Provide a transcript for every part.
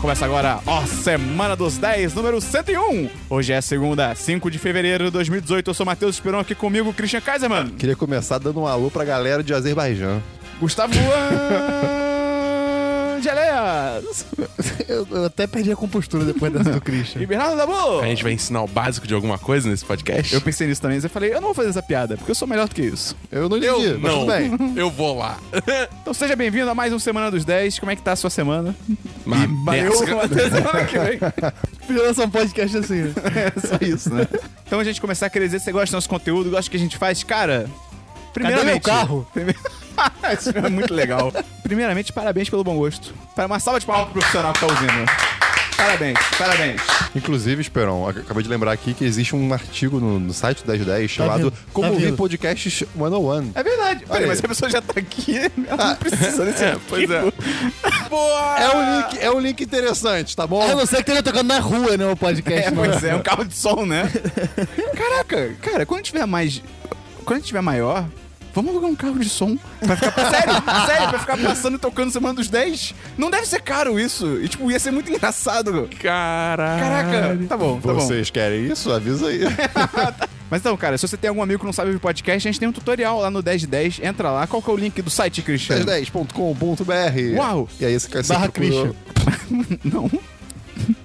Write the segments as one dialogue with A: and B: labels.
A: Começa agora, ó, Semana dos 10, número 101. Hoje é segunda, 5 de fevereiro de 2018. Eu sou Matheus Esperon, aqui comigo, Christian Kaiserman.
B: Queria começar dando um alô pra galera de Azerbaijão.
A: Gustavo Angeléas.
B: Eu, eu até perdi a compostura depois dessa do Christian.
A: E Bernardo Dabu.
C: A gente vai ensinar o básico de alguma coisa nesse podcast?
A: Eu pensei nisso também, mas eu falei, eu não vou fazer essa piada, porque eu sou melhor do que isso.
B: Eu não
C: Eu
B: entendi, mas
C: não.
B: tudo bem.
C: Eu vou lá.
A: Então seja bem-vindo a mais um Semana dos 10. Como é que tá a sua semana?
C: Uma
A: Valeu,
C: merda.
A: até semana que vem.
B: Primeiro só um podcast assim.
A: É só isso, né? Então a gente começar a querer dizer se você gosta do nosso conteúdo, gosta do que a gente faz, cara. Primeiramente.
B: Cadê meu carro?
A: Prime- Isso é muito legal. Primeiramente, parabéns pelo bom gosto. Para uma salva de palmas pro profissional que tá ouvindo. Parabéns, parabéns.
B: Inclusive, Esperon, ac- acabei de lembrar aqui que existe um artigo no, no site do 1010 chamado
D: vendo,
B: Como
D: tá
B: ouvir
D: vendo.
B: podcasts 101.
A: É verdade. Olha,
B: aí.
A: mas se a pessoa já tá aqui, ela não precisa desse
C: É, pois é. Boa!
B: É um link, é um link interessante, tá bom?
D: A não ser É que esteja tocando na rua, né, o podcast.
A: É,
D: mano.
A: pois é, um carro de som, né? Caraca, cara, quando tiver mais. Quando tiver maior, vamos alugar um carro de som. Pra ficar, sério, sério, pra ficar passando e tocando Semana dos 10. Não deve ser caro isso. E, tipo, ia ser muito engraçado.
C: Caralho.
A: Caraca, tá bom, tá bom.
B: Vocês querem isso? Avisa aí.
A: Mas então, cara, se você tem algum amigo que não sabe ouvir podcast, a gente tem um tutorial lá no 1010. Entra lá. Qual que é o link do site, Cristiano?
B: 1010.com.br.
A: Uau.
B: E aí você, você
D: Barra
B: procura-
A: Não.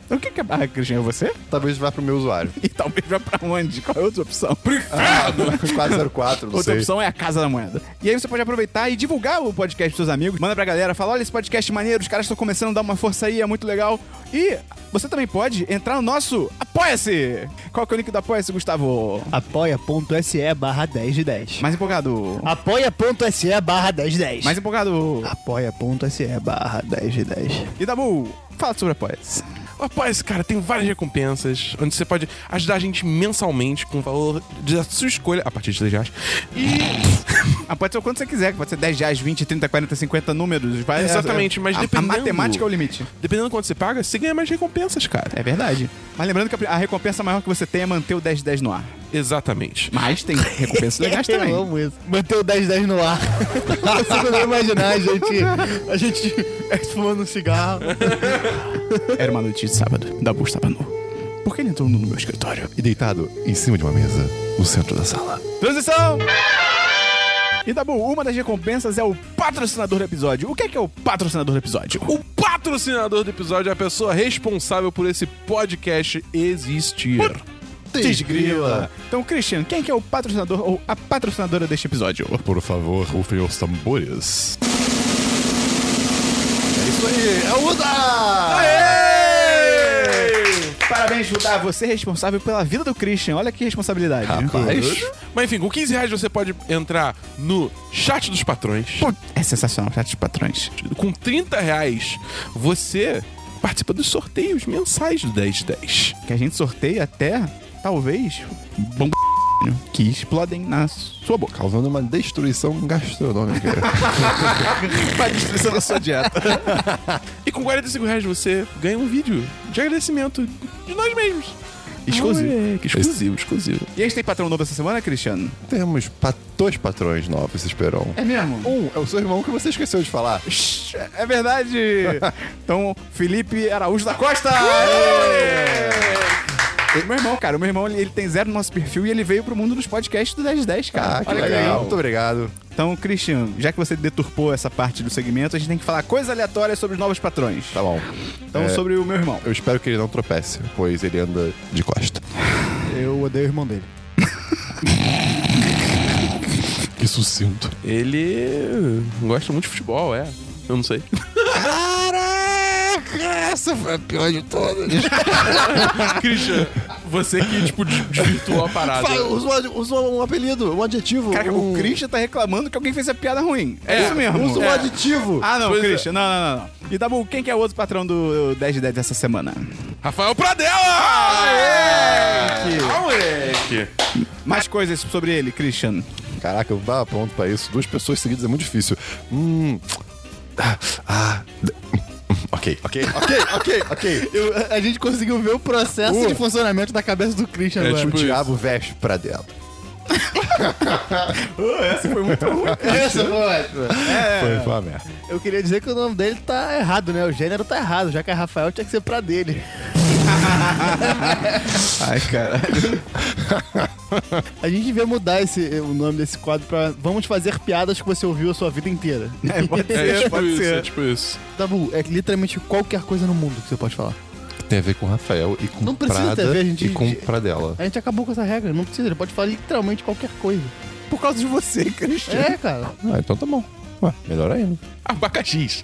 A: O que que é barra, Cristiano? É você?
B: Talvez vá pro meu usuário.
A: E talvez vá pra onde? Qual é a outra opção?
B: Ah, 404, não
A: Outra
B: sei.
A: opção é a Casa da Moeda. E aí você pode aproveitar e divulgar o podcast pros seus amigos. Manda pra galera, fala, olha esse podcast é maneiro, os caras estão começando a dar uma força aí, é muito legal. E você também pode entrar no nosso Apoia-se! Qual que é o link do Apoia-se, Gustavo?
D: Apoia.se barra 10 de 10.
A: Mais
D: Ah,
A: empolgado.
D: Apoia.se barra 10 de 10.
A: Mais empolgado.
D: ah. Apoia.se barra 10 de 10.
A: E Dabu, fala sobre Apoia-se.
C: Rapaz, cara, tem várias recompensas onde você pode ajudar a gente mensalmente com o valor da sua escolha, a partir de 10 reais. E.
A: Ah, pode ser o quanto você quiser, pode ser 10 reais, 20, 30, 40, 50 números. Vai-
C: Exatamente, mas
A: a,
C: dependendo-
A: A matemática é o limite.
C: Dependendo do quanto você paga, você ganha mais recompensas, cara.
A: É verdade. Mas lembrando que a pri- a recompensa maior que você tem é manter o 1010 no ar.
C: Exatamente.
A: Mas tem recompensas legais também.
D: Eu amo isso. Manter o 10 de 10 no ar. Você consegue imaginar a gente, a gente fumando um cigarro.
A: Era uma noite de sábado. Dabu estava nu. Por que ele entrou nu no meu escritório?
B: E deitado em cima de uma mesa, no centro da sala.
A: Transição! E Dabu, uma das recompensas é o patrocinador do episódio. O que é que é o patrocinador do episódio?
C: O patrocinador do episódio é a pessoa responsável por esse podcast existir.
B: Desgrila.
A: Então, Christian, quem é que é o patrocinador ou a patrocinadora deste episódio?
B: Por favor, rufem os tambores. É isso aí, é o Uda!
A: Parabéns, Judá, você é responsável pela vida do Christian. Olha que responsabilidade.
B: Rapaz.
C: Mas enfim, com 15 reais você pode entrar no chat dos patrões.
A: Pô, É sensacional, chat de patrões.
C: Com 30 reais você participa dos sorteios mensais do 1010.
A: que a gente sorteia até, talvez, bomba que explodem na sua boca.
B: Causando uma destruição gastronômica.
A: Pra destruição da sua dieta.
C: E com 45 reais você ganha um vídeo de agradecimento de nós mesmos.
A: Exclusivo.
C: Olha, que exclusivo, exclusivo.
A: E a gente tem patrão novo essa semana, Cristiano?
B: Temos pa- dois patrões novos, Esperon.
A: É mesmo?
B: Um é o seu irmão que você esqueceu de falar.
A: É verdade! então, Felipe Araújo da Costa! Aê! Meu irmão, cara, meu irmão ele ele tem zero no nosso perfil e ele veio pro mundo dos podcasts do 1010, cara.
B: Ah, que
A: Olha que
B: legal.
A: legal.
B: Muito obrigado.
A: Então, Cristiano, já que você deturpou essa parte do segmento, a gente tem que falar coisas aleatórias sobre os novos patrões.
B: Tá bom.
A: Então,
B: É.
A: sobre o meu irmão.
B: Eu espero que ele não tropece, pois ele anda de costa.
D: Eu odeio o irmão dele.
B: Que sucinto.
C: Ele gosta muito de futebol, é. Eu não sei.
B: Caraca, essa foi a pior de todas.
C: Christian, você que, tipo, des- desvirtuou a parada.
B: Fala, usa, um ad- usa um apelido, um
D: Tipo,
B: adjetivo.
D: é
A: Caraca,
B: um...
A: o Christian tá reclamando que alguém fez a piada ruim. É, isso mesmo.
B: Usa um
A: É.
B: aditivo.
A: Ah, não,
C: Pois é.
A: Christian, não, não, não, não. E Dabu, quem que é o outro patrão do 10 de 10 dessa semana?
C: Rafael Pradella!
A: moleque!
C: Ah, moleque!
A: Mais coisas sobre ele, Christian.
B: Caraca, eu não tava pronto pra isso. Duas pessoas seguidas é muito difícil. Hum. Ah. ah, d- Ok, ok, ok, ok, ok.
D: Eu- a- a gente conseguiu ver o processo
B: Uh.
D: de funcionamento da cabeça do Christian
C: É,
D: agora.
B: O
C: tipo-
B: diabo veste pra dela.
A: essa foi muito ruim.
D: Essa foi ótima.
B: Foi, foi uma merda.
D: Eu queria dizer que o nome dele tá errado, né? O gênero tá errado, já que é Rafael tinha que ser pra dele.
A: Ai, cara.
D: A gente devia mudar esse, eh, o nome desse quadro pra Vamos fazer piadas que você ouviu a sua vida inteira.
A: É, pode
C: É
A: ser,
C: tipo
A: pode
C: isso,
A: ser.
C: é tipo isso.
D: Tabu, é literalmente qualquer coisa no mundo que você pode falar.
B: Tem a ver com o Rafael e com
D: Não precisa ter a
B: Prada
D: ver, a gente-
B: e com Pradela.
D: A gente acabou com essa regra, não precisa, ele pode falar literalmente qualquer coisa.
A: Por causa de você, Cristian.
D: É, cara.
B: Ah, então tá bom. Ué, melhor ainda.
C: Abacaxis.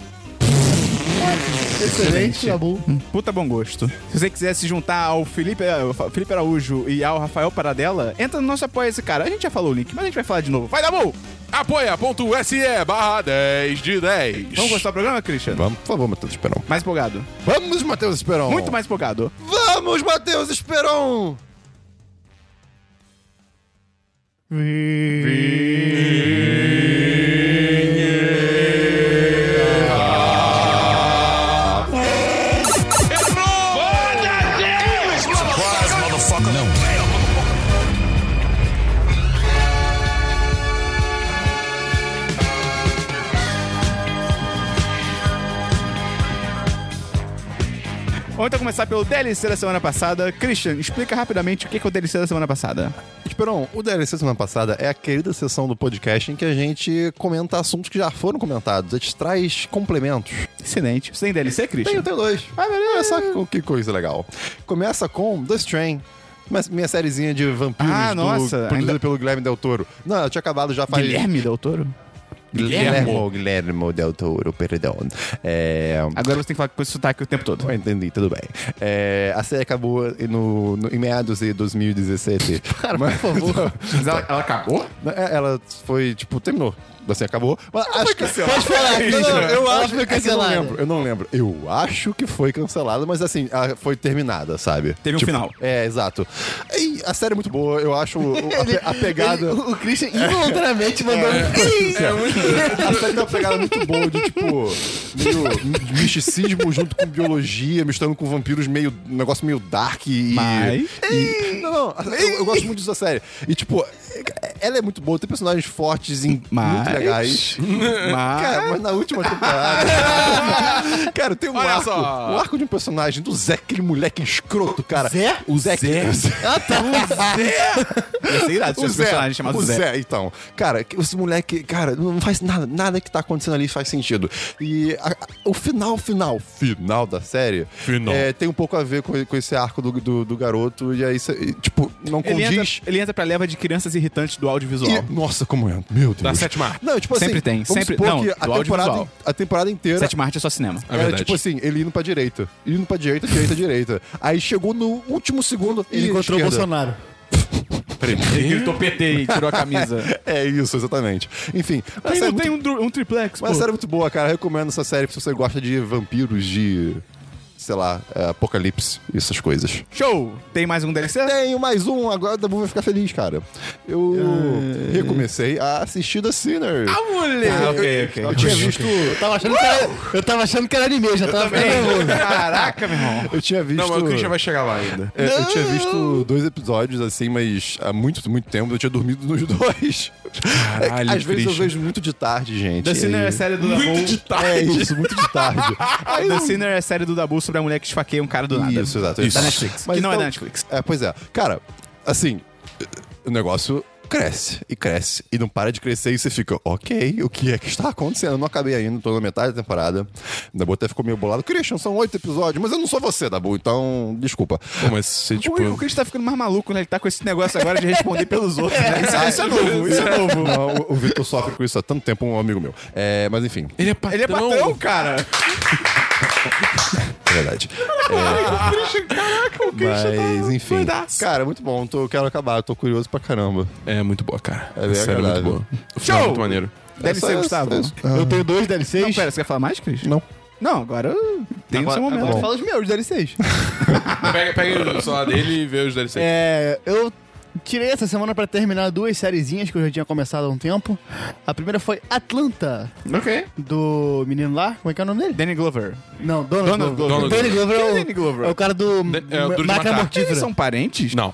D: Excelente, Tabu.
A: Puta bom gosto. Se você quiser se juntar ao Felipe, ao Fa- Felipe Araújo e ao Rafael Paradela, entra no nosso apoia-se, cara. A gente já falou o link, mas a gente vai falar de novo. Vai dar bom!
C: Apoia.se barra 10 de 10.
A: Vamos gostar do programa, Christian?
B: Vamos, por favor, Matheus Esperon.
A: Mais empolgado.
B: Vamos, Matheus Esperon!
A: Muito mais empolgado.
B: Vamos, Matheus Esperon!
A: Vamos então começar pelo DLC da semana passada. Christian, explica rapidamente o que que é o DLC da semana passada.
B: Esperon, o DLC semana passada é a querida sessão do podcast em que a gente comenta assuntos que já foram comentados. A gente traz complementos.
A: Excelente. Você tem DLC,
B: Tenho,
A: Christian?
B: tenho dois. Ah, beleza. Olha só que, que coisa legal. Começa com The Strain. Uma, minha sériezinha de vampiros
A: Ah,
B: do-
A: nossa,
B: produzida
A: ainda-
B: pelo Guilherme Del Toro. Não, eu tinha acabado já faz...
A: Guilherme Del Toro?
B: Guilherme, Guilherme Del Toro, perdão. É...
A: Agora você tem que falar com esse sotaque o tempo todo.
B: Eu entendi, tudo bem. É, a série acabou no, no- em meados de 2017. Cara, por favor.
A: Mas ela, ela acabou?
B: É, Ela foi, tipo, terminou. Assim, acabou. Mas acho que.
D: Pode falar,
B: Não, não, eu acho que é
D: foi
B: eu não
D: cancelada.
B: lembro. Eu não lembro. Eu acho que foi cancelada, mas assim, ela foi terminada, sabe?
A: Teve um final.
B: É, exato. E a série é muito boa, eu acho o- o- a, pe- a pegada.
D: Ele- o o Christian involuntariamente mandou.
C: É.
B: A série tem uma pegada muito boa de, tipo, meio de misticismo junto com biologia, misturando com vampiros, meio um negócio meio dark e.
A: Mas-
B: e- não, não, eu, eu gosto muito disso da série. E, tipo, ela é muito boa, tem personagens fortes e
A: Mas-
B: muito legais.
A: Mas...
B: Cara, mas na última temporada. cara, tem um
C: Olha
B: arco.
C: só.
B: O arco de um personagem do Zé, aquele moleque escroto, cara.
D: Zé?
B: O Zé. Zé.
D: Ah, tá.
A: Ia ser irado se tivesse
B: O
A: um
B: Zé,
A: personagem chamado
B: o
A: Zé.
B: Zé, então. Cara, que esse moleque, cara, não faz nada, nada que tá acontecendo ali faz sentido. E a- a- o final, final, final da série
C: Final.
B: é, tem um pouco a ver com, com esse arco do, do, do garoto. E aí, cê- e, tipo, não
A: Ele entra,
B: condiz.
A: ele entra pra leva de crianças irritantes do audiovisual.
B: E, nossa, como é? Meu Deus.
C: Da sétima arte.
B: Não, tipo assim,
A: Sempre tem,
B: vamos
A: sempre-
B: supor
A: não,
B: que
A: do
B: a temporada,
A: audiovisual.
B: a temporada inteira
A: Sétima arte é só cinema.
C: É
B: Era
C: verdade.
B: tipo assim, ele indo pra direita, indo pra direita, direita, direita. Aí chegou no último segundo
D: Ele
B: e
D: encontrou o
B: esquerda.
D: Bolsonaro.
A: Ele gritou PT e tirou a camisa.
B: É isso, exatamente. Enfim, a
A: Mas
B: série, é
A: não
B: muito,
A: tem um, dru- um triplex,
B: uma
A: pô.
B: série é muito boa, cara. Eu recomendo essa série se você gosta de vampiros, de, sei lá, é, apocalipse e essas coisas.
A: Show! Tem mais um DLC?
B: Tenho mais um, agora o Dabu vai ficar feliz, cara. Eu É. recomecei a assistir The Sinner.
A: moleque! Ah, ok, ok.
B: Eu tinha visto...
D: Eu tava achando que era, eu tava achando que era anime, já tava ficando nervoso.
A: Caraca, meu irmão.
B: Eu tinha visto...
C: Não, mas o Christian vai chegar lá ainda.
B: É, Eu tinha visto dois episódios assim, mas há muito, muito tempo eu tinha dormido nos dois.
C: Caralho,
B: É, Às vezes eu
C: Christian.
B: vejo muito de tarde, gente.
A: The Sinner
B: E-
A: é a série do Dabu.
C: Muito de
B: É
C: tarde.
B: isso, muito de tarde. Aí
A: The
B: eu-
A: Sinner é a série do Dabu sobre a mulher que esfaqueia um cara do nada.
B: Isso, exato.
A: Da
B: isso.
A: Netflix.
B: Mas
A: que não é
B: então-
A: da Netflix.
B: É, pois é. Cara, assim, o negócio cresce e cresce e não para de crescer e você fica, ok, o que é que está acontecendo? Eu não acabei ainda, tô na metade da temporada. Dabu até ficou meio bolado. Christian, são oito episódios, mas eu não sou você, Dabu, então desculpa.
C: Pô, mas você, tipo...
A: O, o Chris tá ficando mais maluco, né? Ele tá com esse negócio agora de responder pelos outros. Né? Isso,
B: Ah,
A: isso é novo, isso
C: Então,
A: é novo.
B: Não, o- o Vitor sofre com isso há tanto tempo, um amigo meu. É, mas enfim,
C: Ele é patrão.
A: Ele é patrão, cara.
B: é verdade.
A: Caraca, o
B: Mas enfim.
A: doidaço.
B: Cara, muito bom. Tô, quero acabar, tô curioso pra caramba.
C: É muito boa, cara.
B: É bem
C: Sério, muito
B: agradável.
C: boa. O final é
A: Show!
C: muito maneiro.
A: Deve
B: É
A: ser,
B: só-
A: Gustavo.
B: é-
D: Eu tenho dois DLCs.
A: Não, pera, você quer falar mais, Cris?
B: Não.
A: Não, agora eu- tem o
D: Agora-
A: seu momento.
D: agora fala os meus DLCs.
C: Pega, pega o celular dele e vê os DLC.
D: É, eu tirei essa semana pra terminar duas sériezinhas que eu já tinha começado há um tempo. A primeira foi Atlanta,
A: Ok.
D: do menino lá. Como é que é o nome dele?
A: Danny Glover.
D: Não, Donald,
A: Donald
C: Glover.
D: Glover. Donald Glover. é o-
A: Danny Glover?
D: É o cara do
C: De- é, o Duro de
D: Máquina
C: Matar.
A: Eles
D: Mortífera.
A: são parentes?
C: Não.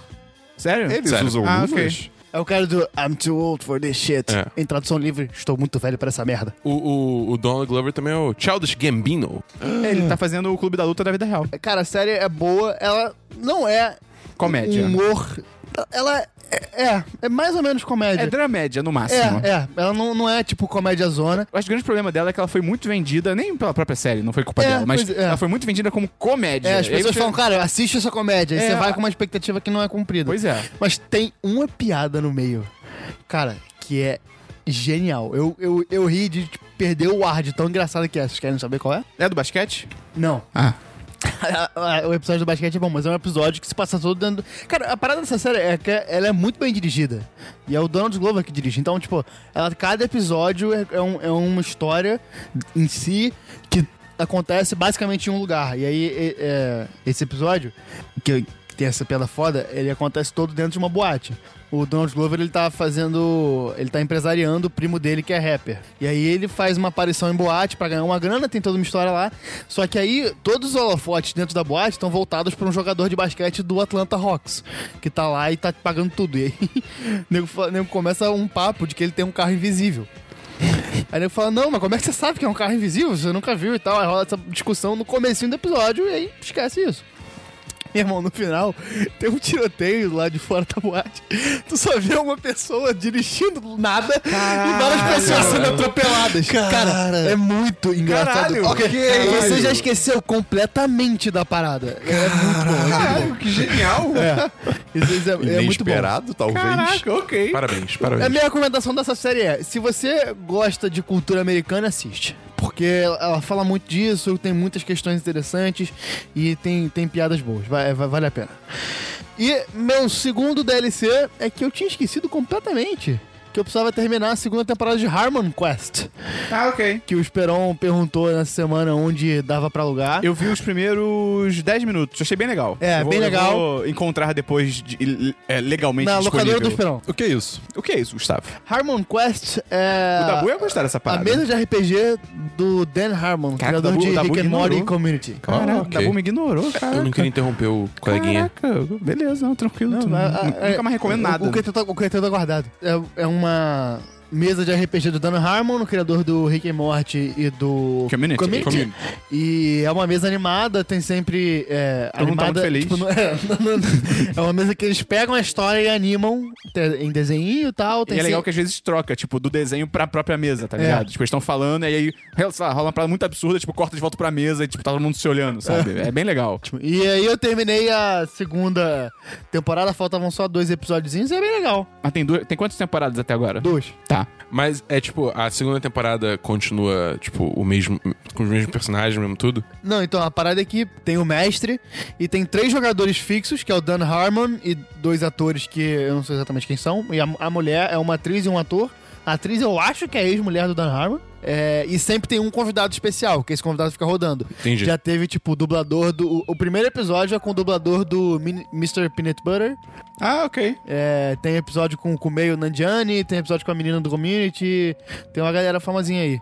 A: Sério?
B: Eles
C: Sério?
B: usam
A: Ah,
B: luvas?
A: ok.
D: É o cara do I'm too old for this shit.
C: É.
D: Em tradução livre, estou muito velho pra essa merda.
C: O, o, o Donald Glover também é o Childish Gambino.
A: Ele tá fazendo o clube da luta da vida real.
D: Cara, a série é boa, ela não é
A: Comédia.
D: humor. Ela é, é, é mais ou menos comédia.
A: É dramédia, no máximo.
C: né?
D: é, é. Ela não, não é tipo comédia zona.
A: Eu acho que o grande problema dela é que ela foi muito vendida, nem pela própria série, não foi culpa
D: É,
A: dela, mas
D: pois é.
A: ela foi muito vendida como comédia.
D: É, as
A: E aí
D: pessoas
A: você-
D: falam, cara, assiste essa comédia.
A: É,
D: e você vai
A: a-
D: com uma expectativa que não é cumprida.
A: Pois é.
D: Mas tem uma piada no meio, cara, que é genial. Eu, eu, eu ri de perder o ar de tão engraçado que é. Vocês querem saber qual é?
A: É do basquete?
D: Não.
A: Ah.
D: o episódio do basquete é bom, mas é um episódio que se passa todo dentro. do- Cara, a parada dessa série é que ela é muito bem dirigida. E é o Donald Glover que dirige. Então, tipo, ela- cada episódio é, é um- é uma história em si que acontece basicamente em um lugar. E aí, e- é, esse episódio, que que tem essa piada foda, ele acontece todo dentro de uma boate. O Donald Glover, ele tá fazendo. Ele tá empresariando o primo dele, que é rapper. E aí ele faz uma aparição em boate pra ganhar uma grana, tem toda uma história lá. Só que aí todos os holofotes dentro da boate estão voltados pra um jogador de basquete do Atlanta Hawks, que tá lá e tá pagando tudo. E aí o nego, fala- o nego começa um papo de que ele tem um carro invisível. Aí ele fala, não, mas como é que você sabe que é um carro invisível? Você nunca viu e tal. Aí rola essa discussão no comecinho do episódio e aí esquece isso. Meu irmão, no final, tem um tiroteio lá de fora da boate. Tu só vê uma pessoa dirigindo nada e várias pessoas sendo atropeladas. Cara, é muito engraçado.
A: Caralho,
D: Ok,
A: que
D: Você
A: isso?
D: já esqueceu completamente da parada. É muito bom. é muito bom.
A: que genial!
D: Isso, isso é, é muito bom.
B: Inesperado, talvez.
A: Caraca, Tá, ok.
C: Parabéns,
D: A
C: parabéns.
D: minha recomendação dessa série é: se você gosta de cultura americana, assiste. Porque ela fala muito disso, tem muitas questões interessantes e tem, tem piadas boas. Vai- vai- vale a pena. E meu segundo DLC é que eu tinha esquecido completamente que eu precisava terminar a segunda temporada de Harmon Quest.
C: Tá,
A: Ah, ok.
D: Que o Esperon perguntou nessa semana onde dava pra alugar.
A: Eu vi os primeiros 10 minutos, achei bem legal.
D: É,
A: Eu vou-
D: bem
A: eu
D: legal.
A: vou encontrar depois de- é, legalmente
D: na
A: disponível.
D: locadora do Esperon.
B: O que é isso?
A: O que é isso, Gustavo?
D: Harmon Quest é.
A: o Dabu ia gostar dessa
D: A
A: parada.
D: mesa de RPG do Dan Harmon,
A: Caraca,
D: criador
A: o Dabu- o
D: de
A: Dabu
D: Rick and Morty
A: ignorou.
D: Community.
A: Caraca,
C: Ah,
A: o
C: ok.
A: Dabu me ignorou, cara.
C: Eu não queria interromper o coleguinha.
A: Caraca, beleza, não, tranquilo.
D: Não,
A: tu-
D: a- a-
A: Hum, nunca mais recomendo
D: o-
A: nada.
D: O Cretan tá, o Cretan tá guardado. É, é uma mesa de RPG do Dan Harmon, o criador do Rick and Morty e do...
A: Community. Community.
D: E é uma mesa animada, tem sempre... É,
A: Todo mundo tá
D: animada,
A: muito feliz.
D: tipo, não- é, não- não- é uma mesa que eles pegam a história e animam te- em desenho e tal. Tem
A: E é legal
D: sempre-
A: que às vezes troca, tipo, do desenho pra própria mesa, tá
D: assim- É.
A: ligado? Tipo, eles estão falando e aí, sei lá, rola uma parada muito absurda, tipo, corta de volta pra mesa e, tipo, tá todo mundo se olhando, sabe? É bem legal.
D: E aí eu terminei a segunda temporada, faltavam só dois episódiozinhos e é bem legal.
A: Mas tem, duas, tem quantas temporadas até agora?
D: Dois.
A: Tá.
C: Mas é tipo, a segunda temporada continua, tipo, o mesmo. Com os mesmos personagens, mesmo tudo.
D: Não, então a parada é que tem o mestre e tem três jogadores fixos, que é o Dan Harmon e dois atores que eu não sei exatamente quem são. E a, a mulher é uma atriz e um ator. A atriz eu acho que é a ex-mulher do Dan Harmon. É, e sempre tem um convidado especial, que esse convidado fica rodando.
C: Entendi.
D: Já teve, tipo, o dublador do. O, o primeiro episódio é com o dublador do Min- Mr. Peanut Butter.
A: Ah, ok.
D: É, tem episódio com, com o meio Nandiani, tem episódio com a menina do community, tem uma galera famosinha aí.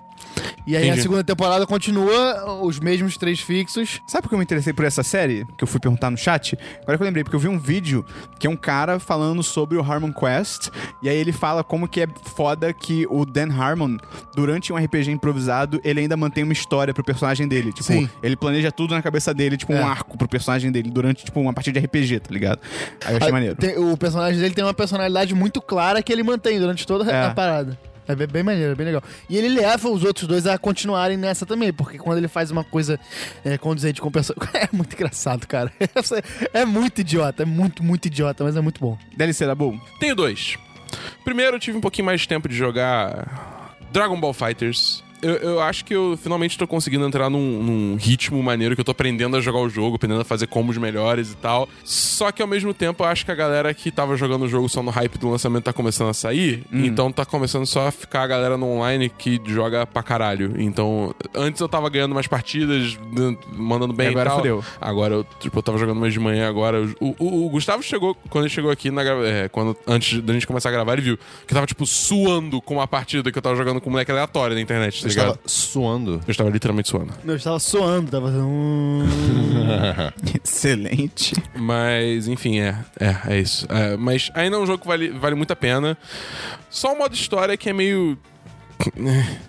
D: E aí a
C: Entendi.
D: segunda temporada continua, os mesmos três fixos.
A: Sabe por que eu me interessei por essa série? Que eu fui perguntar no chat? Agora que eu lembrei, porque eu vi um vídeo que é um cara falando sobre o Harmon Quest, e aí ele fala como que é foda que o Dan Harmon, durante um RPG improvisado, ele ainda mantém uma história pro personagem dele. Tipo,
D: Sim.
A: ele planeja tudo na cabeça dele, tipo,
D: É.
A: um arco pro personagem dele durante, tipo, uma partida de RPG, tá ligado? Aí eu achei
D: Ah,
A: maneiro.
D: tem- o personagem dele tem uma personalidade muito clara que ele mantém durante toda
A: É.
D: a parada. É bem, bem maneiro, é bem legal. E ele leva os outros dois a continuarem nessa também, porque quando ele faz uma coisa é, condizente com o personagem. É muito engraçado, cara. Essa- É muito idiota, é muito, muito idiota, mas é muito bom.
A: DLC da Boom.
C: Tenho dois. Primeiro, eu tive um pouquinho mais de tempo de jogar Dragon Ball Fighters. Eu, eu acho que eu finalmente tô conseguindo entrar num, num ritmo maneiro que eu tô aprendendo a jogar o jogo, aprendendo a fazer combos melhores e tal. Só que ao mesmo tempo eu acho que a galera que tava jogando o jogo só no hype do lançamento tá começando a sair. Então tá começando só a ficar a galera no online que joga pra caralho. Então, antes eu tava ganhando mais partidas, d- mandando bem
A: E agora
C: e tal.
A: fudeu.
C: Agora, eu, tipo, eu tava jogando mais de manhã agora. O, o- o Gustavo chegou, quando ele chegou aqui, na, grava- é, quando, antes da gente começar a gravar, ele viu que eu tava, tipo, suando com uma partida que eu tava jogando com um moleque aleatório na internet. Vocês ligado?
B: estava suando.
C: Eu estava literalmente suando.
D: Meu, eu estava soando, tava fazendo. um-
A: Excelente.
C: Mas, enfim, é. É, é isso. É, mas ainda é um jogo que vale, vale muito a pena. Só o modo história que é meio.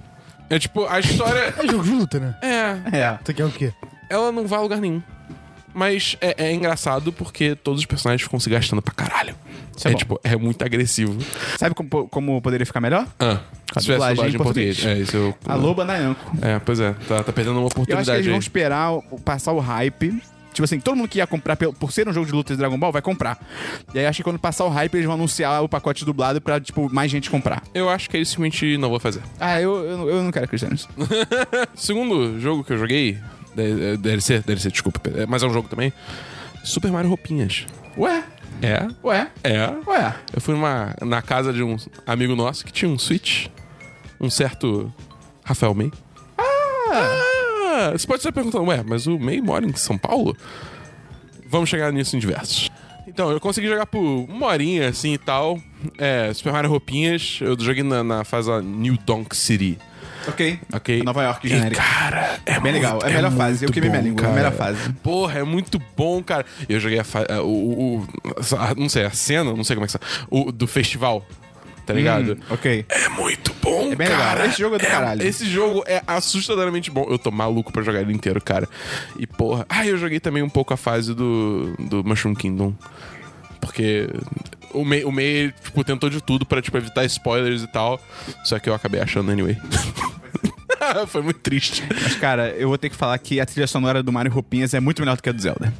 C: É tipo, a história.
D: É jogo de luta, né?
C: É.
A: É.
D: Você quer o quê?
C: Ela não vai a lugar nenhum. Mas é, é engraçado porque todos os personagens ficam se gastando pra caralho.
A: Isso é bom.
C: tipo, é muito agressivo.
A: Sabe como, po- como poderia ficar melhor?
C: Ah, se tivesse
A: dublagem
C: dublagem
A: em
C: em português.
A: português.
C: É, isso eu.
D: Ah.
A: Alô, Banaianco.
C: É, pois é. Tá, tá perdendo uma
A: Eu acho
C: oportunidade
A: que eles vão
C: aí.
A: esperar o- passar o hype. Tipo assim, todo mundo que ia comprar pelo- por ser um jogo de luta de Dragon Ball vai comprar. E aí acho que quando passar o hype, eles vão anunciar o pacote dublado pra, tipo, mais gente comprar.
C: Eu acho que é isso que a gente não vou fazer.
A: Ah, eu, eu, não- eu não quero acreditar nisso.
C: Segundo jogo que eu joguei, D- eh, DLC, DLC, desculpa, eh, mas é um jogo também. Super Mario Roupinhas.
A: Ué,
C: É,
A: ué,
C: é.
A: ué.
C: Eu fui numa, na casa de um amigo nosso que tinha um Switch, um certo Rafael May. Ah! Você pode estar perguntando, ué, mas o May mora em São Paulo? Vamos chegar nisso em diversos. Então, eu consegui jogar por uma horinha, assim, e tal. É, Super Mario Roupinhas. Eu joguei na, na fase lá, New Donk City,
A: Ok.
C: ok?
A: É Nova York,
C: E,
A: genérica.
C: cara, é
A: Bem legal.
C: muito-
A: É a melhor fase. Eu
C: muito
A: queimei minha
C: bom,
A: língua. É a
C: cara.
A: melhor fase.
C: Porra, é muito bom, cara. Eu joguei a, fa- a- o, o- o- a- Não sei, a cena, não sei como é que tá. O do festival. Tá ligado?
A: Hum, ok.
C: É muito bom,
A: bem legal.
C: cara.
A: Esse jogo é do caralho.
C: Esse jogo é assustadoramente bom. Eu tô maluco pra jogar ele inteiro, cara. E porra. Ah, eu joguei também um pouco a fase do, do Mushroom Kingdom. Porque o Mei, o Mei tipo, tentou de tudo pra tipo, evitar spoilers e tal. Só que eu acabei achando anyway. Foi muito triste.
A: Mas, cara, eu vou ter que falar que a trilha sonora do Mario Roupinhas é muito melhor do que a do Zelda.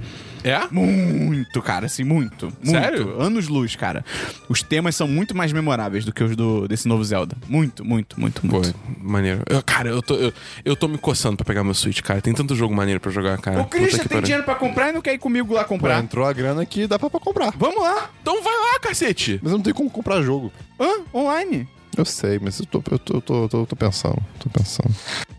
C: É?
A: Muito, cara, assim, muito. muito.
C: Sério?
A: Anos luz, cara. Os temas são muito mais memoráveis do que os do, desse novo Zelda. Muito, muito, muito,
C: Pô,
A: muito.
C: maneiro. Eu- cara, eu tô, eu, eu tô me coçando pra pegar meu Switch, cara. Tem tanto jogo maneiro pra jogar, cara.
A: O Christian
C: é, Puta
A: tem
C: que pariu.
A: dinheiro pra comprar e não quer ir comigo lá
B: Pô,
A: comprar.
B: entrou a grana que dá pra, pra comprar.
A: Vamos lá.
C: Então vai lá, cacete!
B: Mas eu não tenho como comprar jogo.
A: Hã? Online.
B: Eu sei, mas eu tô, eu tô, eu tô, eu tô, eu tô pensando. Tô pensando.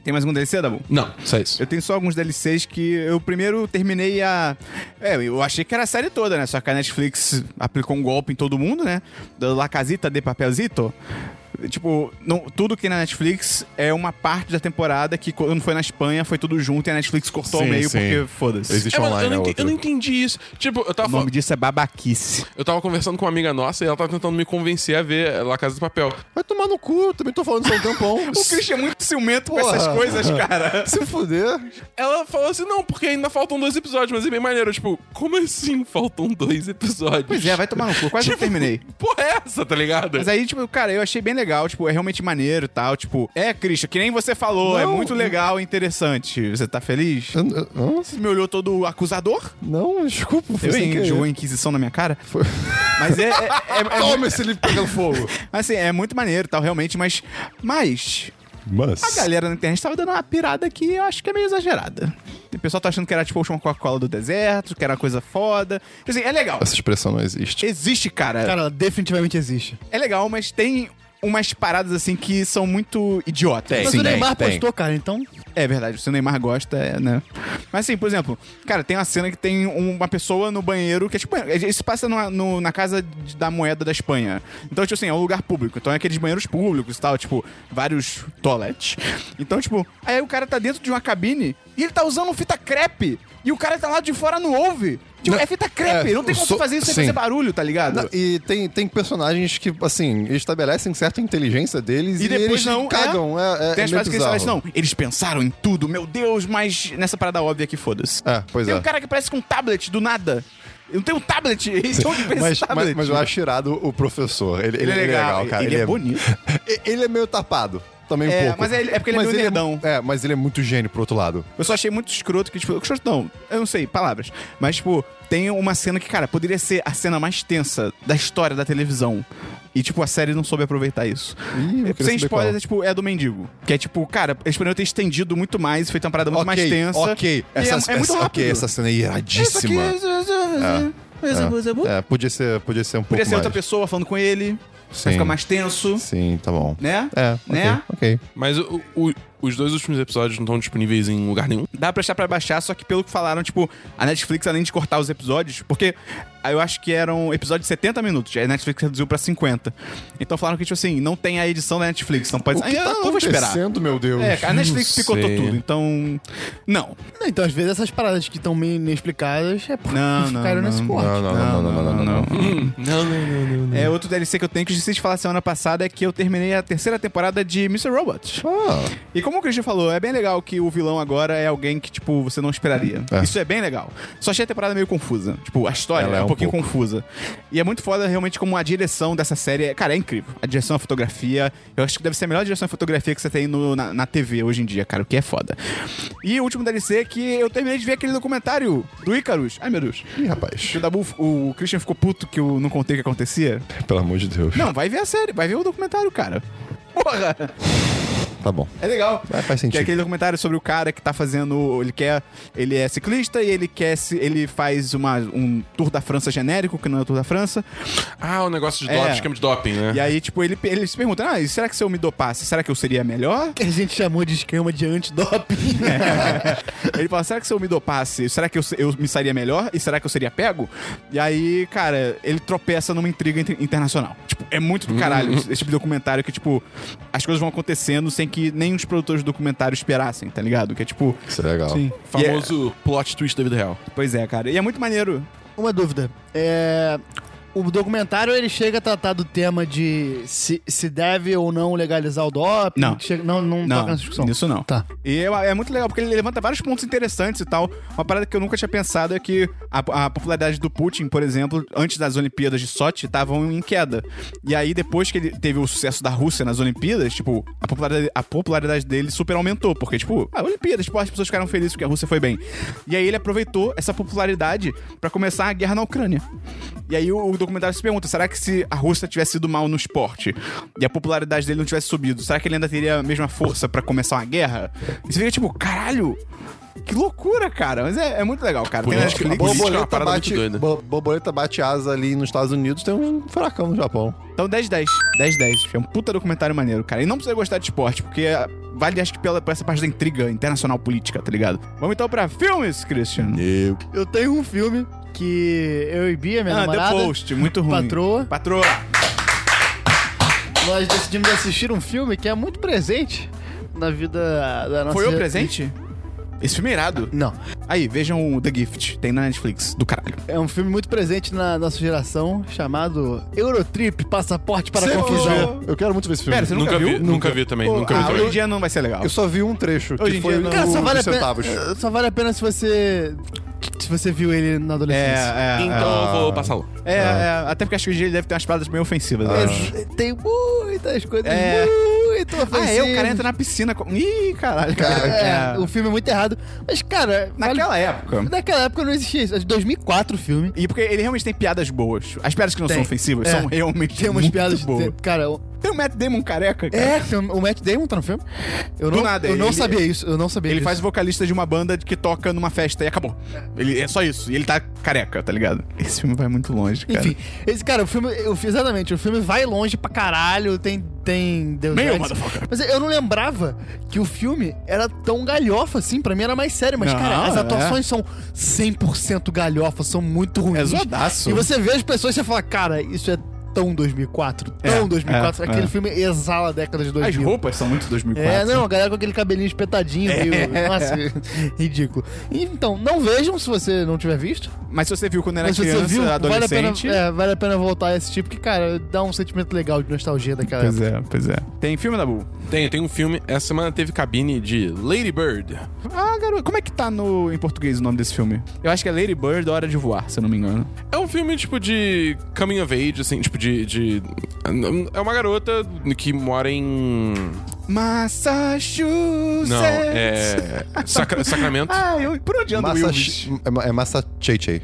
A: Tem mais algum DLC, Dabu?
C: Não, só isso.
A: Eu tenho só alguns DLCs que eu primeiro terminei a. É, eu achei que era a série toda, né? Só que a Netflix aplicou um golpe em todo mundo, né? Da La Casita de Papelzito. Tipo, não- tudo que na Netflix é uma parte da temporada que quando foi na Espanha foi tudo junto e a Netflix cortou ao
B: Sim,
A: meio
B: sim.
A: porque foda-se.
B: Existe
C: É, mano, eu,
B: online,
C: não
B: né,
C: entendi, eu
B: outro.
C: não entendi isso. Tipo, eu tava,
A: O
C: falando-
A: nome disso é babaquice.
C: eu tava conversando com uma amiga nossa e ela tava tentando me convencer a ver eh, La Casa de Papel.
B: Vai tomar no cu, eu também tô falando isso há um tempão.
A: O Christian é muito ciumento com
B: Porra.
A: essas coisas, cara.
B: Se fuder.
C: Ela falou assim: não, porque ainda faltam dois episódios, mas é bem maneiro. Eu, Tipo, como assim faltam dois episódios?
A: Pois é, vai tomar no cu. Quase que eu
C: Tipo,
A: terminei.
C: Porra, é essa, tá ligado?
A: Mas aí, tipo, cara, eu achei bem legal, tipo, é realmente maneiro e tal. Tipo, é, Christian, que nem você falou, é
B: Não.
A: muito legal e interessante. Você tá feliz?
B: Eu- eu- hã?
A: Você me olhou todo acusador?
B: Não, desculpa. foi
A: Eu
B: sem querer.
D: é.
A: enjoou a Inquisição na minha cara.
B: Foi-
A: Mas é, é, é, é mu-
B: Toma esse livro pegando fogo.
A: assim, é muito maneiro e tal, realmente, mas. Mas.
B: Mas.
A: A galera na internet tava dando uma pirada que eu acho que é meio exagerada. O pessoal tá achando que era tipo uma Coca-Cola do deserto, que era uma coisa foda. Tipo Assim, é legal.
B: Essa expressão não existe.
A: Existe, cara.
D: Cara, ela definitivamente existe.
A: É legal, mas tem umas paradas assim que são muito idiotas.
D: Mas
B: Sim,
D: o Neymar
B: tem, tem.
D: postou, cara, então.
A: É verdade, se o Neymar gosta, é, né? Mas assim, por exemplo, cara, tem uma cena que tem um- uma pessoa no banheiro que é tipo. é- Isso passa numa- no- na casa de- da moeda da Espanha. Então, tipo assim, é um lugar público. Então é aqueles banheiros públicos e tal, tipo, vários toilettes. Então, tipo, aí o cara tá dentro de uma cabine e ele tá usando fita crepe. E o cara tá lá de fora não ouve. Tipo,
B: Não,
A: é fita crepe,
B: é,
A: não tem como
B: so-
A: tu fazer isso sem
B: sim.
A: fazer barulho, tá ligado?
B: Não, e tem, tem personagens que, assim, estabelecem certa inteligência deles e,
A: E depois
B: eles
A: não, é.
B: cagam. É, é,
A: tem
B: é
A: as frases
B: meio
A: que eles
B: bizarro.
A: falam, assim, não, eles pensaram em tudo, meu Deus, mas nessa parada óbvia que foda-se.
B: É, pois
A: Tem
B: é.
A: um cara que parece com um tablet do nada. Eu tenho um tablet. Então onde vem
B: Mas,
A: esse
B: mas,
A: tablet?
B: mas eu acho irado o professor. Ele, ele, é legal, cara.
A: Ele, é bonito.
B: E- Ele é meio tapado. Também um
A: É,
B: pouco.
A: mas ele- é porque ele é meio nerdão.
B: É, mas ele é muito gênio pro outro lado.
A: Eu só achei muito escroto que, tipo, escroto não, eu não sei, palavras. Mas, tipo, tem uma cena que, cara, poderia ser a cena mais tensa da história da televisão. E, tipo, a série não soube aproveitar isso.
B: Ih, eu queria
A: Sem
B: saber qual.
A: spoilers, é, tipo, é a do mendigo. Que é, tipo, cara, eles poderiam ter estendido muito mais, feito uma parada muito É mais tensa.
B: Ok,
A: E é-
B: essa,
A: é, muito
B: essa-
A: rápido.
B: ok, essa cena é
A: Isso aqui-
B: iradíssima. É, podia ser, podia ser um pouco
A: Podia ser outra
B: mais.
A: pessoa falando com ele, pra
B: Sim.
A: ficar mais tenso,
B: Sim, tá bom.
A: né?
B: É,
A: Né?
B: ok, ok.
C: Mas o, o, Os dois últimos episódios não estão disponíveis em lugar nenhum.
A: Dá pra achar pra baixar, só que pelo que falaram, tipo, a Netflix, além de cortar os episódios, porque ah, eu acho que eram episódios de 70 minutos, a Netflix reduziu pra 50. Então falaram que, tipo assim, não tem a edição da Netflix, não pode
B: O que
A: Ah,
B: tá
A: eu vou esperar.
B: acontecendo, meu Deus?
A: É, a Netflix
C: Não
A: picotou
C: sei.
A: tudo, então. Não.
D: Não, então, às vezes, essas paradas que estão meio inexplicadas é porque
A: Não, não,
D: ficaram
A: não.
D: nesse corte.
B: Não, não, não, não, não, não, não, não.
C: Não, não, não, não.
A: É, outro DLC que eu tenho que eu esqueci de falar semana passada é que eu terminei a terceira temporada de Mr. Robot.
B: Ah,
A: E como o Christian falou, é bem legal que o vilão agora é alguém que, tipo, você não esperaria.
B: É.
A: Isso é bem legal. Só achei a temporada meio confusa. Tipo, a história
B: Ela
A: é
B: é
A: um,
B: um
A: pouquinho
B: pouco.
A: confusa. E é muito foda realmente como a direção dessa série. é- Cara, é incrível. A direção, a fotografia. Eu acho que deve ser a melhor direção e fotografia que você tem no- na, na TV hoje em dia, cara, o que é foda. E o último DLC é que eu terminei de ver aquele documentário do Icarus. Ai, meu Deus.
B: ih, rapaz.
A: Que o, Dabu, o Christian ficou puto que eu não contei o que acontecia.
B: Pelo amor de Deus.
A: Não, vai ver a série, vai ver o documentário, cara. Porra!
B: Tá bom.
A: É legal.
B: Ah, faz
A: Que é
B: sentido.
A: aquele documentário sobre o cara que tá fazendo. Ele quer. Ele é ciclista e ele quer. se- Ele faz uma, um Tour da França genérico, que não é o Tour da França.
C: Ah, o negócio de
A: É.
C: doping, esquema de doping, né?
A: E aí, tipo, ele, ele se pergunta: Ah, e será que se eu me dopasse, será que eu seria melhor?
D: Que a gente chamou de esquema de antidoping.
A: É. ele fala: será que se eu me dopasse, será que eu, se- eu me sairia melhor? E será que eu seria pego? E aí, cara, ele tropeça numa intriga inter- internacional. Tipo, é muito do caralho esse, esse tipo de documentário que, tipo, as coisas vão acontecendo sem que nem os produtores do documentário esperassem, tá ligado? Que é tipo.
B: Isso é legal.
A: Sim.
C: Famoso plot twist da vida real.
A: Pois é, cara. E é muito maneiro.
D: Uma dúvida. É, O documentário ele chega a tratar do tema de se, se deve ou não legalizar o doping?
A: Não.
D: Chega- não, não,
A: Não,
D: toca nessa discussão.
A: isso não.
D: Tá.
A: E eu- é muito legal, porque ele levanta vários pontos interessantes e tal. Uma parada que eu nunca tinha pensado é que a, a popularidade do Putin, por exemplo, antes das Olimpíadas de Sochi, estavam em queda. E aí, depois que ele teve o sucesso da Rússia nas Olimpíadas, tipo, a popularidade, a popularidade dele super aumentou. Porque, tipo, a Olimpíada, tipo, as pessoas ficaram felizes porque a Rússia foi bem. E aí ele aproveitou essa popularidade pra começar a guerra na Ucrânia. E aí o, o documentário se pergunta: será que se a Rússia tivesse ido mal no esporte e a popularidade dele não tivesse subido, será que ele ainda teria a mesma força pra começar uma guerra? E você fica tipo, caralho! Que loucura, cara. Mas é, é muito legal, cara. Tem
C: Política-
A: Netflix.
C: Política é uma
B: Borboleta
C: parada muito
B: bate,
C: doida.
B: bo- borboleta bate asa ali nos Estados Unidos, tem um furacão no Japão.
A: Então 10-10. 10-10. É um puta documentário maneiro, cara. E não precisa gostar de esporte, porque ah, vale acho que pela, por essa parte da intriga internacional política, tá ligado? Vamos então pra filmes, Christian.
B: Eu.
D: Eu tenho um filme que eu e Bia, minha
A: Ah, The
D: namorada,
A: Post, muito ruim.
D: patroa,
A: Patroa.
D: nós decidimos assistir um filme que é muito presente na vida da nossa...
A: Foi o presente? Esse filme é irado.
D: Não.
A: Aí, vejam o The Gift. Tem na Netflix, do caralho.
D: É um filme muito presente na nossa geração, chamado Eurotrip, Passaporte para a
B: Sempre quis
D: Confusão.
B: ver. Eu quero muito ver esse filme.
A: Pera, você não- Nunca
C: Nunca,
A: viu?
C: vi, nunca,
B: Nunca.
C: vi também,
B: Pô,
C: nunca
A: Ah,
C: vi
A: hoje
C: também.
A: em dia não vai ser legal.
B: Eu só vi um trecho,
A: Hoje em
B: que foi
A: dia não.
B: o
D: Cara, só vale, a
B: dos centavos.
D: pena, eh, só vale a pena se você se você viu ele na adolescência.
C: Então eu vou passar lá.
A: é, é, até porque acho que hoje ele deve ter umas palavras meio ofensivas. né?
D: Mas É, Tem muitas coisas
A: É.
D: muito
A: Ah, é,
D: ofensivas.
A: o cara entra na piscina com... Ih, caralho, cara.
D: É,
A: É.
D: o filme é muito errado. Mas, cara...
A: Naquela
D: vale-
A: época.
D: Naquela época não existia isso. É de 2004 o filme.
A: E porque ele realmente tem piadas boas. As piadas que não
D: Tem.
A: são ofensivas
D: É.
A: são realmente
D: Tem umas
A: muito
D: piadas...
A: boas.
D: Tem, cara, o-
A: Tem o Matt Damon careca, cara.
D: é, tem- o Matt Damon tá no filme. Eu
A: Do
D: não,
A: nada,
D: Eu não
A: ele-
D: sabia isso. Eu não sabia
A: Ele
D: disso.
A: faz o vocalista de uma banda que toca numa festa e acabou. Ele, é só isso. E ele tá careca, tá ligado? Esse filme vai muito longe, cara.
D: Enfim, esse cara, o filme, eu, exatamente, o filme vai longe pra caralho, tem tem Deus
A: Meio
D: Ex.
A: motherfucker.
D: Mas eu não lembrava que o filme era tão galhofa assim, pra mim era mais sério, mas
A: Não,
D: cara, as
A: é.
D: atuações são 100% galhofa, são muito ruins.
A: É zoadaço.
D: E você vê as pessoas e você fala, cara, isso é tão 2004,
A: É,
D: tão 2004,
A: é,
D: aquele
A: é.
D: filme exala a década de
A: As
D: 2000.
A: roupas É. são muito 2004.
D: É, não, a galera com aquele cabelinho espetadinho, meio. Nossa, ridículo. Então, não vejam se você não tiver visto.
A: Mas se você viu quando era
D: Mas se
A: criança,
D: você viu, vale a, pena,
A: adolescente...
D: é, vale a pena voltar a esse tipo, que, cara, dá um sentimento legal de nostalgia daquela
A: Pois
D: época.
A: é, pois é. Tem filme, Dabu?
C: Tem, tem um filme. Essa semana teve cabine de Lady Bird.
A: Ah, garoto, como é que tá no, em português o nome desse filme? Eu acho que é Lady Bird, Hora de Voar, se eu não me engano.
C: É um filme, tipo, de coming of age, assim, tipo, de... de- É uma garota que mora em...
A: Massachusetts!
C: Não, é... Sacra- Sacramento.
A: Ah, eu, por onde anda o
B: Massa,
A: Wilvis?
B: é ma- é massa Chei Chei.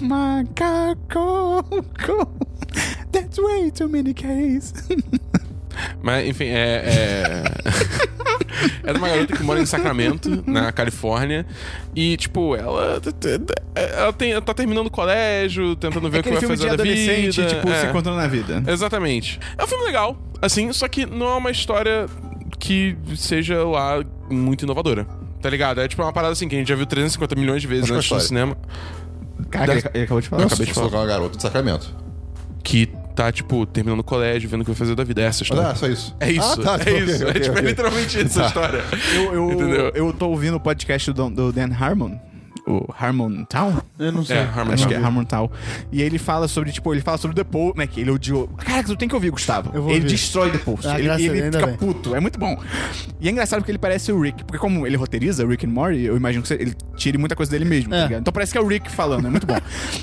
A: Macaco! That's way too many Ks.
C: Mas, enfim, é. É... Era uma garota que mora em Sacramento, na Califórnia. E, tipo, ela. Ela, tem, ela tá terminando o colégio, tentando ver o que
A: É Aquele filme
C: vai fazer
A: de
C: da vida.
A: adolescente, tipo,
C: é.
A: se encontrando na vida.
C: Exatamente. É um filme legal. Assim, só que não é uma história que seja lá muito inovadora. Tá ligado? É tipo uma parada assim que a gente já viu 350 milhões de
B: Mas
C: vezes
B: qual
C: antes do
B: história?
C: cinema. É.
A: Caraca, ele, ele acabou de falar.
B: Eu
A: acabei de
B: acabei de
A: falar.
B: colocar uma garota de Sacramento.
C: Que tá, tipo, terminando o colégio, vendo o que vai fazer da vida. É essa história.
B: Ah, só isso.
C: É isso,
B: Ah, tá,
C: é
B: ok,
C: isso.
B: ok,
C: é tipo,
B: ok. Tá.
C: é literalmente isso a história.
A: Eu, eu,
C: Entendeu?
A: eu tô ouvindo o podcast do, do Dan Harmon. O Harmon Town?
D: Eu não sei.
C: É, Harmon
A: Acho
C: Town.
A: que é Harmon Town. E ele fala sobre, tipo, ele fala sobre The Post, né? Que ele odiou. Caraca, tu tem que ouvir, Gustavo.
D: Eu vou
A: ele
D: ouvir.
A: destrói The Post.
D: Ah,
A: ele
D: graças a
A: ele
D: Deus, ainda
A: fica
D: bem.
A: puto. É muito bom. E é engraçado porque ele parece o Rick. Porque como ele roteiriza Rick and Morty, eu imagino que você- ele tire muita coisa dele mesmo,
D: É.
A: tá ligado? Então parece que é o Rick falando, é muito bom.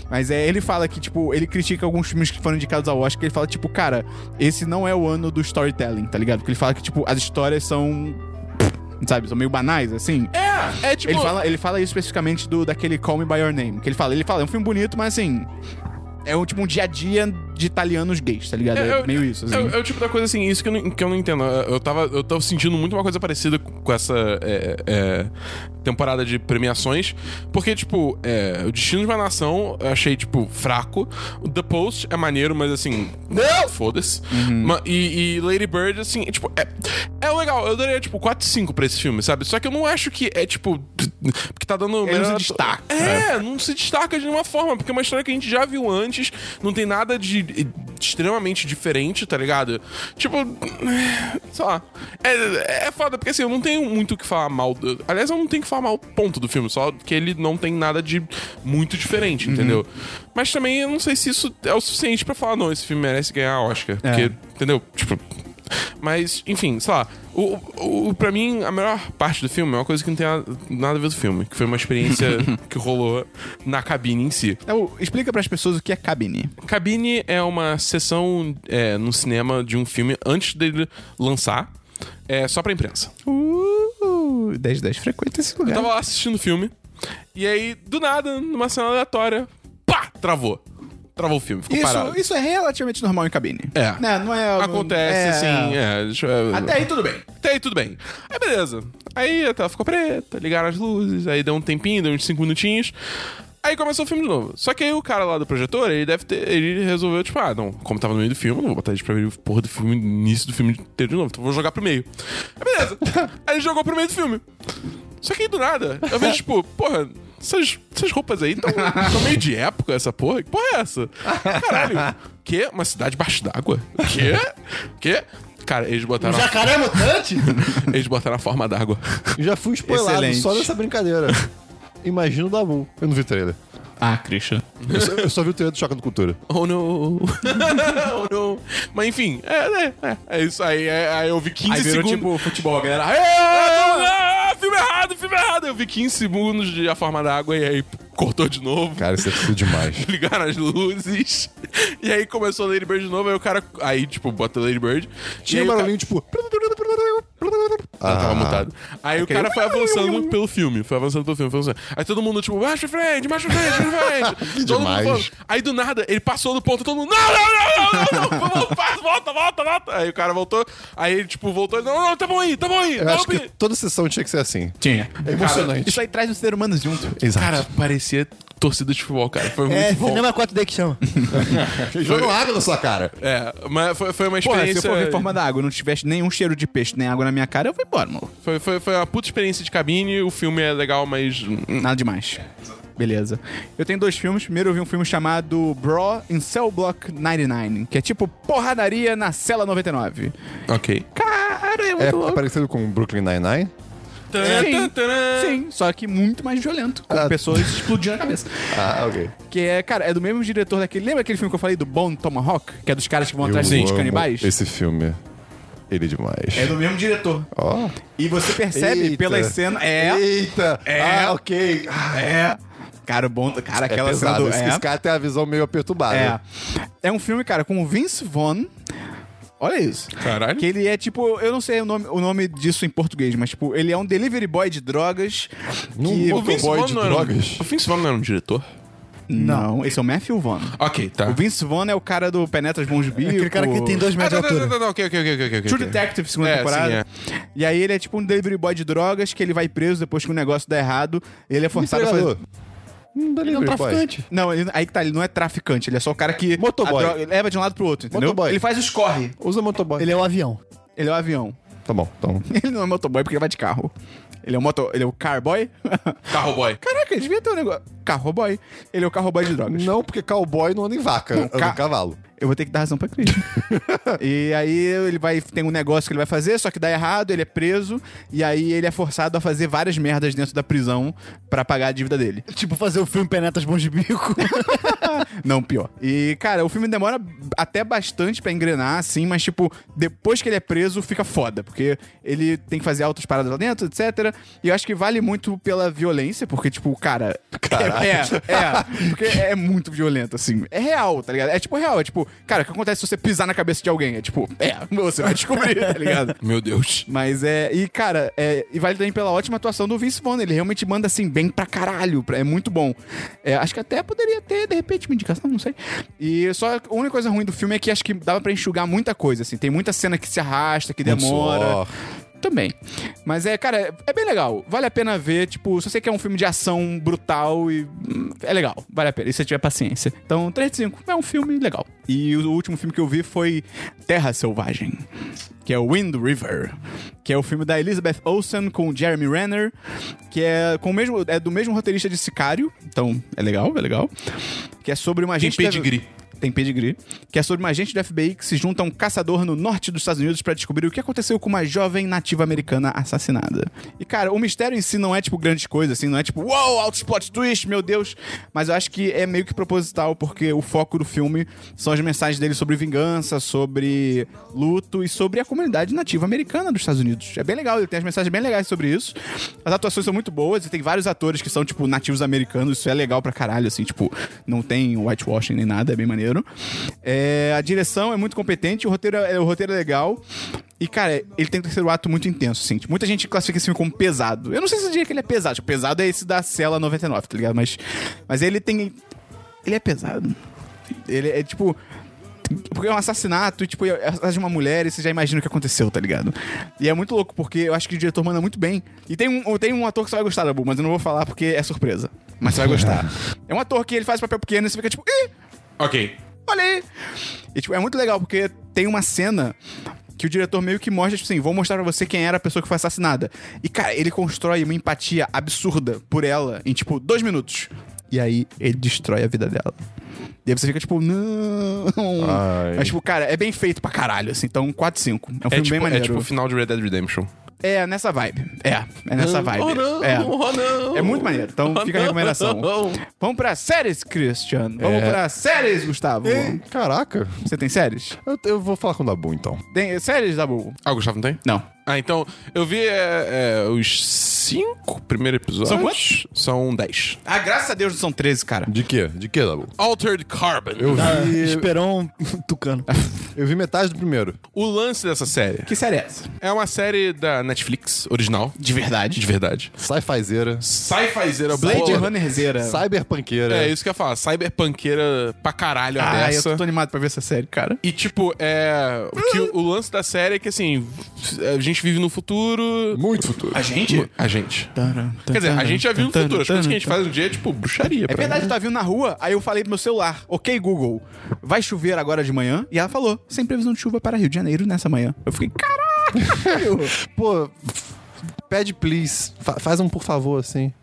A: Mas é, ele fala que, tipo, ele critica alguns filmes que foram indicados ao Oscar. Ele fala, tipo, cara, esse não é o ano do storytelling, tá ligado? Porque ele fala que, tipo, as histórias são... Sabe, são meio banais, assim.
C: É, é tipo.
A: Ele fala, ele fala isso especificamente do, daquele Call Me By Your Name. Que ele fala, ele fala, é um filme bonito, mas assim. É um tipo um dia a dia de italianos gays, tá ligado? É,
C: eu-
A: meio isso, assim.
C: É, é o tipo da coisa assim, isso que eu não, que eu não entendo. Eu, eu tava, eu tô sentindo muito uma coisa parecida com essa é, é, temporada de premiações. Porque, tipo, é, o Destino de uma Nação eu achei, tipo, fraco. O The Post é maneiro, mas assim. Não! Foda-se.
A: Uhum.
C: Ma- E, e Lady Bird, assim, é, tipo, é, é legal. Eu daria, tipo, 4 5 pra esse filme, sabe? Só que eu não acho que é, tipo. Porque tá dando.
A: Ele não se
C: melhor-
A: destaca.
C: é, não se destaca de nenhuma forma, porque é uma história que a gente já viu antes, não tem nada de, de extremamente diferente, tá ligado? Tipo, sei lá. É, é foda, porque assim, eu não tenho muito o que falar mal. do- Aliás, eu não tenho que falar mal ponto do filme, só que ele não tem nada de muito diferente, entendeu? Mas também eu não sei se isso é o suficiente pra falar, não, esse filme merece ganhar Oscar. Porque, entendeu? Tipo. Mas, enfim, sei lá. O, o, o- pra mim, a melhor parte do filme é uma coisa que não tem a- nada a ver do filme. Que foi uma experiência que rolou na cabine em si.
A: Então, explica pras pessoas o que é cabine.
C: Cabine é uma sessão é, no cinema de um filme antes dele lançar. É só pra imprensa.
A: Uh, 10 10 frequenta esse lugar.
C: Eu tava lá assistindo o filme. E aí, do nada, numa cena aleatória, pá! Travou. Travou o filme. Ficou parado.
A: Isso, isso é relativamente normal em cabine.
C: É.
A: Né, Não é. algo-
C: Acontece,
A: é-
C: assim. É, deixa eu-
A: Até aí tudo bem.
C: Até aí tudo bem. Aí beleza. Aí a tela ficou preta, ligaram as luzes, aí deu um tempinho, deu uns 5 minutinhos. Aí começou o filme de novo. Só que aí o cara lá do projetor, ele deve ter. Ele resolveu, tipo, ah, não, como tava no meio do filme, não vou botar isso pra ver o porra do filme, início do filme inteiro de novo, então vou jogar pro meio. Aí beleza. aí ele jogou pro meio do filme. Só que aí do nada, eu vejo, tipo, porra, essas, essas roupas aí estão meio de época, essa porra? Que porra é essa? Caralho. Quê? Uma cidade baixo d'água? Quê? Quê? Cara, eles botaram. a-
D: Jacaré mutante?
C: eles botaram a forma d'água.
B: Já fui spoilado
A: Excelente.
B: só dessa brincadeira. Imagina o Dabu. Eu não vi o trailer.
A: Ah, Christian.
B: Eu só, eu só vi o trailer do Choca do Cultura.
C: Oh no. oh no. Mas enfim, é, é, é, é isso aí. É, aí eu vi 15
A: Aí virou
C: segundos.
A: tipo futebol, a galera.
C: Ah,
A: "Aê!"
C: não, ah, filme errado, filme errado. Eu vi 15 segundos de A Forma d'Água e aí cortou de novo.
B: Cara, isso é tudo demais.
C: Ligaram as luzes. E aí começou Lady Bird de novo. Aí o cara. Aí, tipo, bota Lady Bird.
B: Tinha
C: e
B: um
C: aí o
B: barulhinho, tipo...
C: Ela tava
B: Ah.
C: mutado. Aí o cara foi avançando pelo filme. Foi avançando pelo filme. Foi avançando. Aí todo mundo, tipo, mais pra frente, mais pra frente, mais pra frente. todo
B: demais.
C: mundo falando. Aí do nada, ele passou do ponto, todo mundo. Não, não, não, não, não, não. Vamos, faz, volta, volta, volta. Aí o cara voltou. Aí ele, tipo, voltou. ele, Não, não, não, tá bom aí, tá bom aí.
B: Eu
C: não,
B: acho que
C: aí."
B: toda sessão tinha que ser assim.
A: Tinha.
B: emocionante.
A: isso aí traz o ser humano junto.
B: Exato.
C: Cara, parecia torcida de futebol, cara. Foi muito
D: É,
C: bom.
D: cinema 4D que chama.
B: jogando água na sua cara.
C: É, mas foi, foi uma
A: Porra, se
C: experiência.
A: eu for ver forma da água e não tivesse nenhum cheiro de peixe nem água na minha cara, eu vou embora, maluco.
C: foi, foi, foi uma puta experiência de cabine. O filme é legal, mas.
A: Nada demais. Beleza. Eu tenho dois filmes. Primeiro eu vi um filme chamado Bro in Cell Block 99, que é tipo porradaria na cela 99.
C: Ok.
A: Cara, é muito
B: É, é
A: louco.
B: parecido com Brooklyn Nine-Nine.
A: Sim,
C: Tan, tan, tan.
A: sim, só que muito mais violento, com
B: Ah.
A: pessoas explodindo a cabeça.
B: Ah, ok.
A: Que é, cara, é do mesmo diretor daquele... Lembra aquele filme que eu falei do Bone Tomahawk? Que é dos caras que vão atrás
B: Eu
A: dos
B: amo
A: canibais?
B: Esse filme. Ele é demais.
A: É do mesmo diretor.
B: Ó.
A: E você percebe
B: Eita.
A: pelas cenas... É,
B: Eita!
A: É.
B: Ah, ok. Ah,
A: é... Cara, o bom, cara,
B: É
A: aquela
B: pesado.
A: cena do...
B: Esse,
A: é.
B: esse cara tem a visão meio perturbada.
A: É. É um filme, cara, com o Vince Vaughn. Olha isso.
C: Caralho.
A: Que ele é tipo, eu não sei o nome, o nome disso em português, mas tipo, ele é um delivery boy de drogas. Que...
B: Não-
C: O Vince
B: Motoboy
C: Vaughn
B: de
C: não era um-
B: drogas.
C: O Vince Vaughn não era um diretor?
A: Não, esse é o Matthew Vaughn.
C: Ok, tá.
A: O é Vince Vaughn é o cara do Penetras Bons Bicos.
D: Aquele cara que tem dois
C: Ah,
D: metros
C: tá,
D: de
C: tá, tá, tá,
D: altura.
C: tá, ok, ok, ok, ok, ok.
A: True Detective, segunda
C: É, sim,
A: temporada.
C: é.
A: E aí ele é tipo um delivery boy de drogas que ele vai preso depois que o negócio dá errado. Ele é forçado a fazer.
B: Entregador. Não Hum, dá
C: Ele é um
B: livre, pai.
C: traficante.
A: Não, ele- aí que tá, ele não é traficante, ele é só o cara que.
B: Motoboy.
A: a droga- ele leva de um lado pro outro, entendeu?
B: Motoboy.
A: Ele faz os corre.
B: Usa motoboy.
D: Ele é o avião.
A: Ele é o avião.
B: Tá bom, então.
A: Ele não é motoboy porque ele vai de carro. Ele é o moto. Ele é o carboy?
C: Carro boy.
A: Caraca, ele devia ter um negócio. Carroboy. Ele é o carroboy de drogas.
B: Não, porque cowboy não anda em vaca, anda
A: ca-
B: em cavalo.
A: Eu vou ter que dar razão pra Cris. e aí ele vai. Tem um negócio que ele vai fazer, só que dá errado, ele é preso. E aí ele é forçado a fazer várias merdas dentro da prisão pra pagar a dívida dele.
D: Tipo, fazer o filme Penetas Bons de Bico.
A: Não, pior. E, cara, o filme demora até bastante pra engrenar, assim, mas, tipo, depois que ele é preso, fica foda, porque ele tem que fazer altas paradas lá dentro, etc. E eu acho que vale muito pela violência, porque, tipo, cara. É, é, é. Porque é muito violento, assim. É real, tá ligado? É tipo real, é tipo, cara, o que acontece se você pisar na cabeça de alguém? É tipo, é, você vai descobrir, tá ligado?
C: Meu Deus.
A: Mas é. E, cara, é, e vale também pela ótima atuação do Vince Vaughn. Ele realmente manda assim bem pra caralho. pra- É muito bom. É, acho que até poderia ter, de repente, uma indicação, não sei. E só a única coisa ruim do filme é que acho que dava pra enxugar muita coisa, assim. Tem muita cena que se arrasta, que
B: Muito
A: demora.
B: suor.
A: Também. Mas é, cara, é- é bem legal. Vale a pena ver, tipo, se você quer um filme de ação brutal e. hum, É legal, vale a pena. E se você tiver paciência. Então, 3 de 5 é um filme legal. E o último filme que eu vi foi Terra Selvagem, que é Wind River. Que é o filme da Elizabeth Olsen com o Jeremy Renner, que é, com o mesmo, é do mesmo roteirista de Sicário, então é legal, é legal. Que é sobre uma
C: Tem
A: agente. da-
C: pedigree.
A: tem pedigree, que é sobre um agente do FBI que se junta a um caçador no norte dos Estados Unidos pra descobrir o que aconteceu com uma jovem nativa americana assassinada. E cara, o mistério em si não é tipo grande coisa, assim, não é tipo, uau, wow, alto plot twist, meu Deus, mas eu acho que é meio que proposital porque o foco do filme são as mensagens dele sobre vingança, sobre luto e sobre a comunidade nativa americana dos Estados Unidos. É bem legal, ele tem as mensagens bem legais sobre isso. As atuações são muito boas e tem vários atores que são tipo nativos americanos, isso é legal pra caralho, assim, tipo, não tem whitewashing nem nada, é bem maneiro. É, a direção é muito competente, o roteiro é, o roteiro é legal. E, cara, ele tem um terceiro ato muito intenso, assim. Tipo, Muita gente classifica esse filme como pesado. Eu não sei se eu diria que ele é pesado. Tipo, pesado é esse da Cela 99, tá ligado? Mas, mas ele tem... Ele é pesado. Ele é, tipo... Porque é um assassinato, e, tipo, é atrás de uma mulher, e você já imagina o que aconteceu, tá ligado? E é muito louco, porque eu acho que o diretor manda muito bem. E tem um, tem um ator que você vai gostar, Dabu, mas eu não vou falar porque é surpresa. Mas você vai gostar. é um ator que ele faz papel pequeno e você fica tipo, ih,
C: Ok. é
A: olha aí. E, tipo, é muito legal, porque tem uma cena que o diretor meio que mostra, tipo assim, vou mostrar pra você quem era a pessoa que foi assassinada. E, cara, ele constrói uma empatia absurda por ela em, tipo, dois minutos. E aí ele destrói a vida dela. E aí você fica tipo, não.
B: Ai.
A: Mas, tipo, cara, é bem feito pra caralho, assim. Então, 4 5. É um
C: É
A: filme
C: tipo,
A: bem
C: é
A: maneiro.
C: tipo o final de Red Dead Redemption.
A: É, nessa vibe. É, é nessa vibe.
C: Oh, não,
A: é.
C: oh, não.
A: É muito maneiro, então
C: Oh,
A: fica a
C: não.
A: recomendação. Vamos pra séries, Christian.
C: É.
A: Vamos pra séries, Gustavo.
B: Ei, caraca.
A: Você tem séries?
B: Eu, eu vou falar com o Dabu, então.
A: Tem séries, Dabu?
C: Ah, o Gustavo não tem?
A: Não.
C: Ah, então, eu vi é, é, os cinco primeiros episódios.
A: São quantos?
C: São dez.
A: Ah, graças a Deus não são 13, cara.
B: De quê? De quê, Dabu?
C: Altered Carbon.
B: Eu
D: Ah.
B: vi,
D: Esperon Tucano.
B: eu vi metade do primeiro.
C: O lance dessa série
A: Que série é essa?
C: é uma série da Netflix, original.
A: De verdade.
C: De verdade.
B: Sci-fizeira,
C: Sci-fizeira
A: Blade
C: boa.
A: Runnerzeira.
B: cyberpunkeira.
C: É isso que eu ia falar. Cyberpunkeira pra caralho a
A: Ah,
C: beça.
A: eu tô animado pra ver essa série, cara.
C: E, tipo, é. o Que o, o lance da série é que, assim, a gente vive no futuro.
B: Muito futuro.
A: gente?
C: A gente. Quer dizer, a gente já viu no futuro. As coisas que a gente faz no dia é, tipo, bruxaria.
A: É verdade, eu tava vindo na rua, aí eu falei pro meu celular, ok, Google, vai chover agora de manhã? E ela falou, sem previsão de chuva para Rio de Janeiro nessa manhã. Eu fiquei, caralho!
B: Pô, f- pede please. Fa- faz um por favor, assim.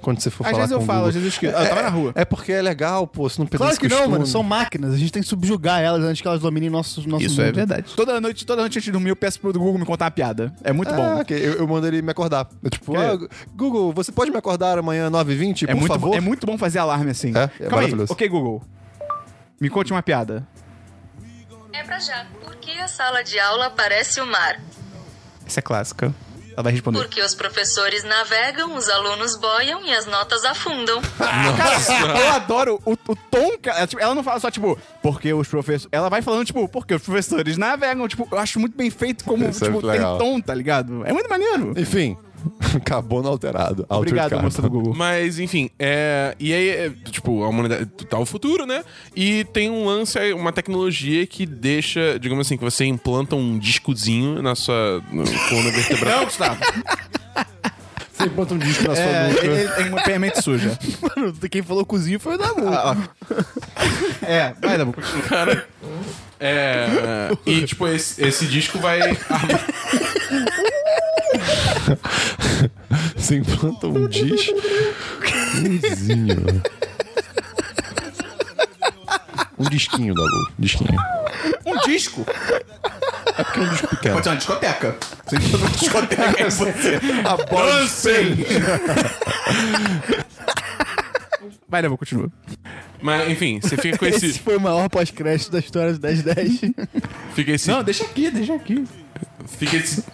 B: Quando você for
A: Às
B: falar
A: vezes eu
B: com o
A: falo,
B: Google.
A: às vezes eu esqueço. Ah, eu tava
B: É-
A: na rua.
B: É porque é legal, pô. Você não perdeu
D: Claro
B: esse
D: que não,
B: costume.
D: mano. São máquinas. A gente tem que subjugar elas antes que elas dominem nosso, nosso mundo.
A: é Toda noite, toda noite antes de dormir, eu peço pro Google me contar uma piada. É muito
B: Ah,
A: bom.
B: ok. Eu, eu mando ele me acordar. Eu, tipo,
A: Quer
B: ah, Google, você pode me acordar amanhã 9h20,
A: É
B: por
A: muito,
B: favor?
A: é muito bom fazer alarme assim.
B: É, é
A: Calma aí.
B: maravilhoso.
A: Ok, Google. Me conte uma piada.
E: É pra já. Por que a sala de aula parece o mar?
A: Essa é clássica. Ela vai responder.
E: Porque os professores navegam, os alunos boiam e as notas afundam.
A: Cara, eu adoro o, o tom. que Ela, tipo, ela não fala só, tipo, porque os professores. Ela vai falando, tipo, porque os professores navegam. Tipo, eu acho muito bem feito como
B: Isso é
A: tipo,
B: muito
A: tem
B: legal.
A: tom, tá ligado? É muito maneiro.
B: Enfim, carbono alterado. Altered
A: Obrigado,
B: carbon.
A: moça do Google.
C: Mas, enfim, é. E aí, é, tipo, a humanidade tá o futuro, né? E tem um lance, aí, uma tecnologia que deixa, digamos assim, que você implanta um discozinho na sua no- coluna vertebral.
A: Gustavo.
B: Você bota um disco na sua
A: É,
B: nuca.
A: ele ele tem uma tem a mente suja.
D: Mano, quem falou cozinho foi o Dabu.
A: É, vai, Dabu.
C: Cara. É. E, tipo, esse, esse disco vai.
B: Você implanta um disco. Coisinho. Um disquinho da Lu. Disquinho.
A: Um disco?
B: É porque é um disco pequeno.
A: Pode ser uma discoteca. Você entra numa discoteca
C: É,
A: e você...
B: A
C: Tipo,
B: bola de frente.
A: Vai, Dabu, continua.
C: Mas, enfim, você fica com
D: Esse...
C: esse.
D: foi o maior pós-crédito da história do 1010.
C: Fica esse.
A: Não, Ah, deixa aqui, deixa aqui.
C: Fica esse.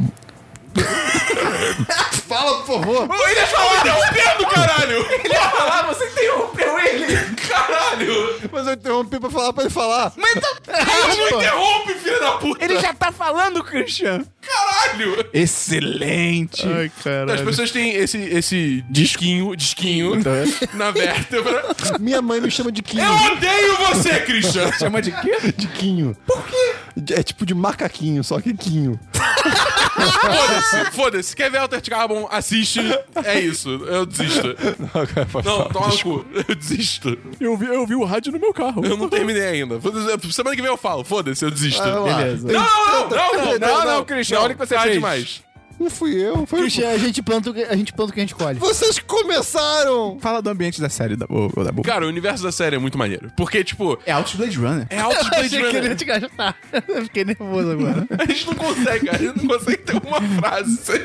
B: Fala, por favor.
C: Ele ia falar interrompendo, caralho! Ele ia falar, você interrompeu ele! Caralho!
B: Mas eu interrompi pra falar pra ele falar.
A: Mas então...
C: Não interrompe, filho da puta!
A: Ele já tá falando, Christian. Ah.
C: Caralho!
A: Excelente.
D: Ai,
C: As
D: caralho.
C: pessoas têm esse, esse disquinho, disquinho, na vértebra.
B: Minha mãe me chama de Quinho.
C: Eu odeio você, Christian!
A: Chama de quê?
B: De Quinho. Por quê? É tipo de macaquinho, só que Quinho.
C: Foda-se, foda-se. Quer ver Altered Carbon? Assiste. É isso. Eu desisto. Não, toma no cu. Eu desisto.
F: Eu vi, eu vi o rádio no meu carro.
C: Eu não terminei ainda. Foda-se, Semana que vem eu falo. Foda-se, eu desisto.
B: Ah,
C: Não,
B: lá.
D: Beleza.
B: Tem-
C: não, não, não, não, não, não,
A: Christian, olha o que você
C: tá
A: fez.
C: demais.
B: Não fui eu, foi
D: Christian, a gente planta o que a gente, planta o que a gente colhe.
B: Vocês começaram!
A: Fala do ambiente da série, Dabu. Dabu.
C: Cara, o universo da série é muito maneiro. Porque, tipo,
A: É Out Blade Runner.
C: é alto Blade
D: Achei que ele ia
C: Runner.
D: te gastar. Eu fiquei nervoso agora.
C: A gente não consegue, cara. A gente não consegue ter uma frase.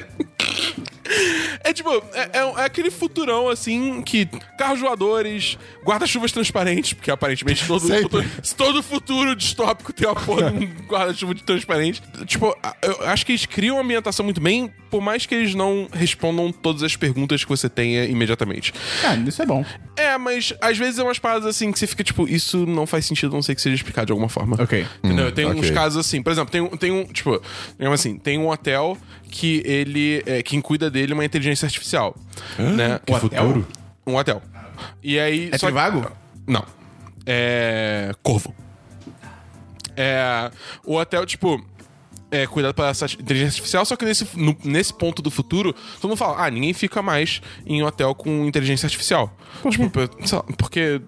C: É tipo, é, é- é aquele futurão assim que carros voadores, guarda-chuvas transparentes, porque aparentemente todo
B: Sempre.
C: futuro, se todo futuro distópico tem uma porra de um guarda-chuva de transparente. Tipo, a- eu acho que eles criam uma ambientação muito bem, por mais que eles não respondam todas as perguntas que você tenha imediatamente.
A: Cara, isso é bom.
C: É, mas às vezes é umas paradas assim que você fica tipo, isso não faz sentido, a não sei que seja explicado de alguma forma.
A: Ok.
C: Entendeu? tem uns
B: Hum, ok.
C: casos assim, por exemplo, tem, um- tem um, tipo, digamos assim, tem um hotel que ele, é, quem cuida dele é uma inteligência artificial, né?
A: Um hotel? futuro?
C: Um hotel. E aí...
A: É
C: só que-
A: Trivago?
C: Não. É... Corvo. É... O hotel, tipo... É, cuidado pela essa inteligência artificial, só que nesse, no- nesse ponto do futuro, todo mundo fala, ah, ninguém fica mais em hotel com inteligência artificial. Tipo, pe- sei lá, porque,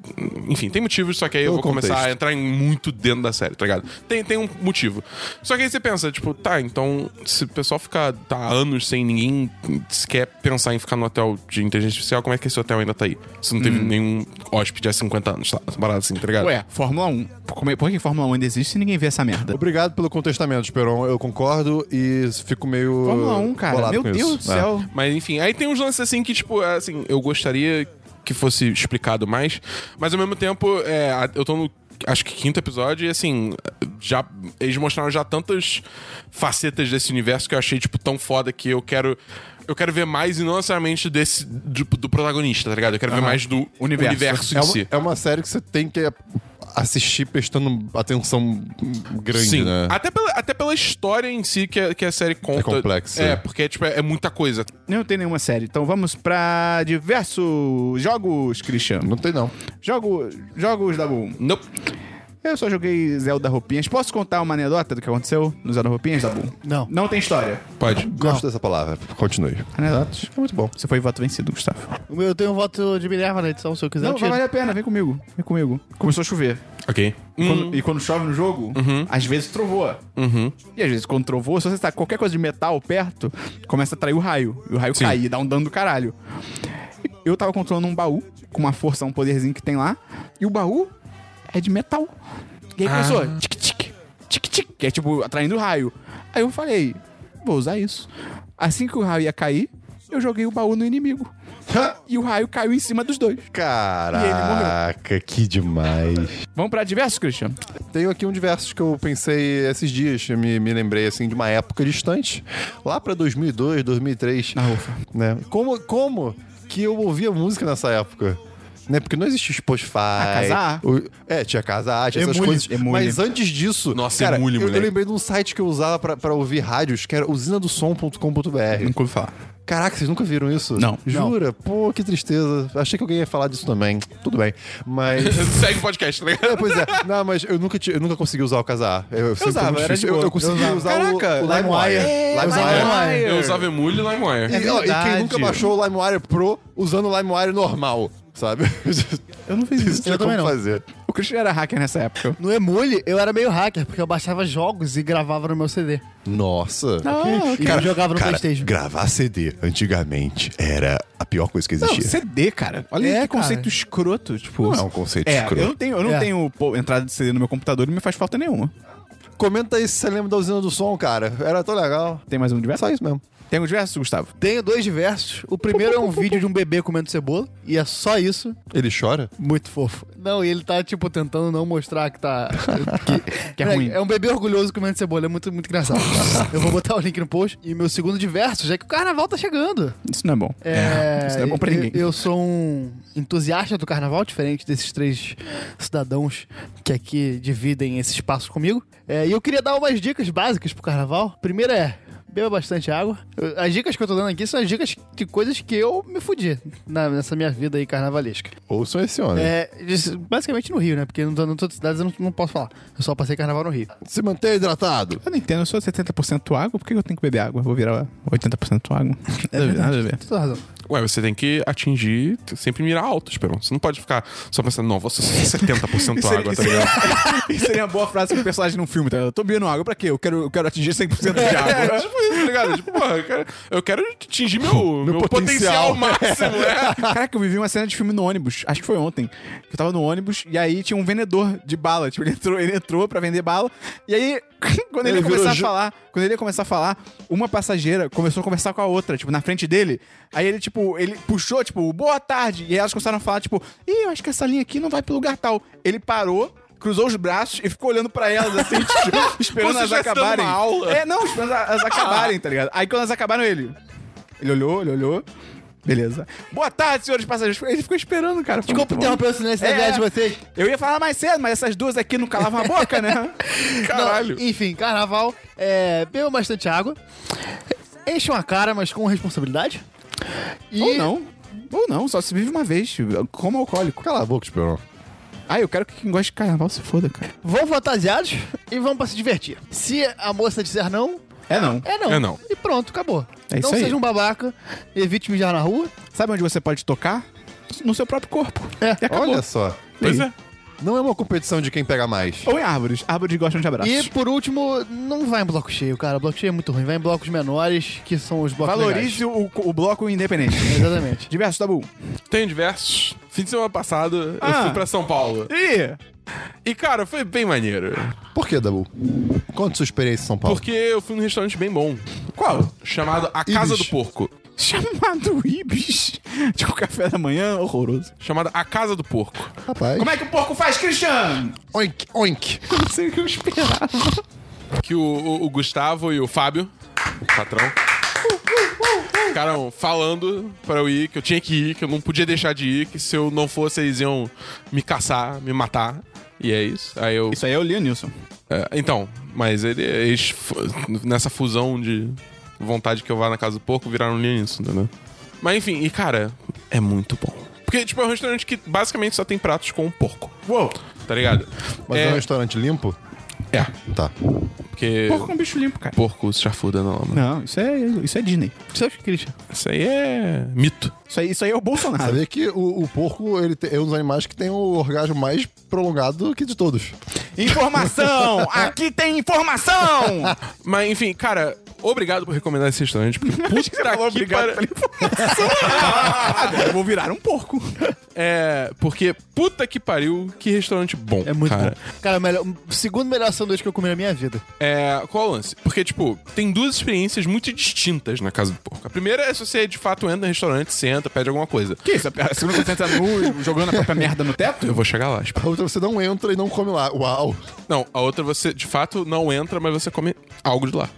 C: enfim, tem motivos, só que aí eu
B: Pelo
C: vou começar a
B: contexto.
C: entrar em muito dentro da série, tá ligado? Tem, tem um motivo. Só que aí você pensa, tipo, tá, então, se o pessoal ficar tá, há anos sem ninguém sequer pensar em ficar no hotel de inteligência artificial, como é que esse hotel ainda tá aí? Se não teve nenhum hóspede há 50 anos, tá? Essa Parada assim, tá ligado?
A: Ué, Fórmula 1. Como é- Por que Fórmula 1 ainda existe se ninguém vê essa merda?
B: Obrigado pelo contestamento, Esperon. Eu concordo e fico meio.
A: Fórmula 1, cara.
B: bolado
A: Meu
B: com
A: Deus
B: isso.
A: do céu.
C: Mas enfim, aí tem uns lances assim que, tipo, é, assim, eu gostaria que fosse explicado mais, mas ao mesmo tempo, é, a- eu tô no. Acho que quinto episódio, e assim, já, eles mostraram já tantas facetas desse universo que eu achei, tipo, tão foda que eu quero. Eu quero ver mais e não necessariamente desse. Do, do protagonista, tá ligado? Eu quero ver mais do
A: Universo.
C: universo,
B: É.
C: em
B: É,
C: si.
B: uma, é uma série que você tem que assistir prestando atenção grande,
C: Sim,
B: né?
C: até, pela, até pela história em si que a, que a série conta.
B: complexa.
C: É, porque tipo, é, é muita coisa.
A: Não tem nenhuma série. Então vamos pra diversos jogos, Christian.
B: Não tem, não.
A: Jogo, jogos da Boom.
C: Nope.
A: Eu só joguei Zelda Roupinhas. Posso contar uma anedota do que aconteceu no Zelda Roupinhas, Dabu?
D: Não.
A: Não tem história.
C: Pode.
B: Gosto dessa palavra. Continue.
A: Anedotas.
B: É muito bom.
A: Você foi voto vencido, Gustavo.
D: O meu- Eu tenho um voto de Minerva na edição, se eu quiser.
A: Não,
D: eu tiro.
A: vai valer a pena. Vem comigo. Vem comigo. Começou a chover.
C: Ok.
A: E quando- e quando chove no jogo, às vezes trovoa. E às vezes quando trovoa, se você tá com qualquer coisa de metal perto, começa a trair o raio. E o raio cai e dá um dano do caralho. Eu tava controlando um baú, com uma força, um poderzinho que tem lá, e o baú é de metal. E aí começou, tic-tic, tic-tic, que é tipo atraindo o raio. Aí eu falei, vou usar isso. Assim que o raio ia cair, eu joguei o baú no inimigo. e o raio caiu em cima dos dois.
B: Caraca, que demais.
A: Vamos pra diversos, Christian?
B: Tenho aqui um diversos que eu pensei esses dias. Eu Me, me lembrei, assim, de uma época distante. Lá pra 2002, 2003.
A: Ah, ufa.
B: né? Como, como que eu ouvia música nessa época? Né? Porque não existia Spotify.
A: Ah, casar?
B: O- é, tinha casar, tinha essas
A: Emule,
B: coisas.
A: emule.
B: Mas antes disso.
C: Nossa,
B: cara,
C: emule,
B: eu, eu
C: moleque.
B: lembrei de um site que eu usava pra, pra ouvir rádios, que era usinadosom.com.br.
A: Nunca ouvi falar.
B: Caraca, vocês nunca viram isso?
A: Hum. Não.
B: Jura? Pô, que tristeza. Achei que alguém ia falar disso também. Tudo bem. Mas.
C: Segue o podcast, tá ligado?
B: É, pois é. Não, mas eu nunca, ti- eu nunca consegui usar o casar. Eu, eu sempre
A: usava,
B: fui muito
A: era de
B: difícil. eu,
A: boa.
B: eu consegui
A: Eu
B: usar
A: usava. Caraca,
B: o, o LimeWire.
A: é,
B: LimeWire. é
A: LimeWire.
C: Eu usava Emule e LimeWire.
B: E, ó, e quem
D: verdade.
B: nunca baixou o LimeWire Pro usando o LimeWire normal, sabe?
A: Eu não fiz isso.
B: Tinha
D: também
B: como
D: não.
B: fazer.
A: O Christian era hacker nessa época.
D: No Emule, eu era meio hacker, porque eu baixava jogos e gravava no meu CD.
B: Nossa.
A: Ah,
D: E jogava no
B: cara,
D: Playstation.
B: gravar CD antigamente era a pior coisa que
A: Não,
B: existia.
A: CD, cara. Olha
D: É,
A: que
D: cara.
A: conceito escroto, tipo.
B: Não é um conceito
A: é,
B: escroto.
A: Eu não tenho, eu não
D: É.
A: tenho pô, entrada de CD no meu computador e não me faz falta nenhuma.
B: Comenta aí se você lembra da usina do som, cara. Era tão legal. É
A: Tem mais um diverso?
B: Só isso mesmo.
A: Tem um diverso, Gustavo?
D: Tenho dois diversos. O primeiro é um vídeo de um bebê comendo cebola, e é só isso.
B: Ele chora?
D: Muito fofo. Não, e ele tá, tipo, tentando não mostrar que tá. que,
A: que é ruim.
D: É um bebê orgulhoso comendo cebola, é muito, muito engraçado. eu vou botar o link no post. E meu segundo diverso já é que o carnaval tá chegando.
A: Isso não é bom.
D: É,
A: isso não é bom pra
D: eu-
A: ninguém.
D: Eu, sou um entusiasta do carnaval, diferente desses três cidadãos que aqui dividem esse espaço comigo. É, e eu queria dar umas dicas básicas pro carnaval. Primeira é. Beba bastante água. Eu- As dicas que eu tô dando aqui são as dicas de coisas que eu me fudi na- nessa minha vida aí carnavalesca.
B: Ouçam esse homem.
D: É, isso- basicamente no Rio, né? Porque eu não tô, não tô em cidades, eu não, não posso falar. Eu só passei carnaval no Rio.
B: Se manter hidratado.
A: Eu não entendo, eu sou 70% água, por que eu tenho que beber água? Eu Vou virar 80% água. Nada a ver, nada a ver.
D: Tu tem razão.
C: Ué, você tem que atingir, sempre mirar alto, Esperão. Você não pode ficar só pensando, não, vou ser 70%
A: Isso é-
C: água,
A: isso
C: tá ligado?
A: Isso seria uma boa frase pro personagem num filme, tá? Eu tô bebendo água pra quê? Eu quero, eu quero atingir 100% de água.
C: É, tipo isso, tá ligado? Tipo, porra, eu quero, eu quero atingir meu, meu,
B: potencial.
C: potencial, máximo, né?
A: Caraca, eu vivi uma cena de filme no ônibus. Acho que foi ontem. Eu tava no ônibus e aí tinha um vendedor de bala. Tipo, ele entrou, ele entrou pra vender bala. E aí, quando ele,
B: Ele
A: ia começar
B: virou
A: a
B: ju-
A: falar, quando ele ia começar a falar, uma passageira começou a conversar com a outra, tipo, na frente dele. Aí ele, tipo, ele puxou, tipo, boa tarde. E aí elas começaram a falar, tipo, ih, eu acho que essa linha aqui não vai pro lugar tal. Ele parou. Cruzou os braços e ficou olhando pra elas, assim, tipo, esperando
C: Como
A: elas
C: se estivesse dando
A: acabarem.
C: uma aula.
A: É, não, esperando elas acabarem, tá ligado? Aí quando elas acabaram, ele. Ele olhou, ele olhou. Beleza. Boa tarde, senhores passageiros. Ele ficou esperando, cara. Foi
D: Desculpa
A: muito bom.
D: interromper o silêncio da
A: É.
D: viagem de vocês.
A: Eu ia falar mais cedo, mas essas duas aqui não calavam a boca, né?
C: Caralho.
D: Não, enfim, carnaval, é, beba bastante água. Encham a cara, mas com responsabilidade. E
A: Ou não. Ou não, só se vive uma vez, como alcoólico.
B: Cala a boca, Esperon.
A: Ah, eu quero que quem gosta de carnaval se foda, cara.
D: vão fantasiados e vão pra se divertir. Se a moça disser não,
A: É não.
D: é não.
C: É não.
D: E pronto, acabou.
A: É
D: não
A: isso aí.
D: seja um babaca, evite mijar na rua.
A: Sabe onde você pode tocar? No seu próprio corpo.
D: É.
A: E acabou.
B: Olha só.
C: Pois é.
B: Não é uma competição de quem pega mais.
A: Ou em árvores. Árvores gostam de abraços.
D: E por último, não vai em bloco cheio, cara. Bloco cheio é muito ruim. Vai em blocos menores, que são os blocos
A: Valorize o, o bloco independente.
D: legais. Exatamente.
A: Diverso, Tabu.
C: Tem diversos. É. Fim de semana passado, eu
A: Ah.
C: fui pra São Paulo.
A: Ih!
C: E, cara, foi bem maneiro.
B: Por que, Dabu? Conta sua experiência em São Paulo.
C: Porque eu fui num restaurante bem bom.
A: Qual?
C: Chamado A Casa do Porco.
A: Chamado Ibis. Tipo, café da manhã horroroso.
C: Chamado A Casa do Porco.
B: Rapaz.
A: Como é que o porco faz, Christian?
B: Oink, oink.
A: Eu não sei o que eu esperava.
C: Que o, o- o Gustavo e o Fábio, o patrão, ficaram falando pra eu ir, que eu tinha que ir, que eu não podia deixar de ir, que se eu não fosse eles iam me caçar, me matar. E é isso. Aí eu.
A: Isso aí é o Leonilson.
C: É, então, mas ele, eles, fu- nessa fusão de vontade que eu vá na casa do porco, viraram linha nisso, entendeu? Mas enfim, e cara, é muito bom. Porque, tipo, é um restaurante que basicamente só tem pratos com porco. Uou! Tá ligado?
B: Mas é, um restaurante limpo?
C: é,
B: Tá.
C: porque
A: Porco é um bicho limpo, cara.
C: porco se chafuda não, mano.
A: Não, isso é, isso é Disney.
D: Seus Christian.
C: Isso aí é mito.
A: Isso aí, isso aí é o Bolsonaro.
B: Sabia que o, o porco ele te- é um dos animais que tem o orgasmo mais prolongado que de todos.
A: Informação! Aqui tem informação!
C: Mas enfim, cara, obrigado por recomendar esse restaurante, porque puta que
A: Falou obrigado
C: pariu.
A: pela informação. Agora eu vou virar um porco.
C: É, porque puta que pariu, que restaurante bom.
D: É muito
C: cara.
D: bom. Cara, o melhor, o segundo melhor sanduíche que eu comi na minha vida.
C: É, qual é o lance? Porque, tipo, tem duas experiências muito distintas na Casa do Porco. A primeira é se você, de fato, entra no restaurante, senta, pede alguma coisa.
A: Que isso? A segunda você entra nu, jogando a própria merda no teto?
C: Eu vou chegar lá. tipo.
B: A outra Então, você não entra e não come lá. Uau.
C: Não, a outra você, de fato, não entra, mas você come algo de lá.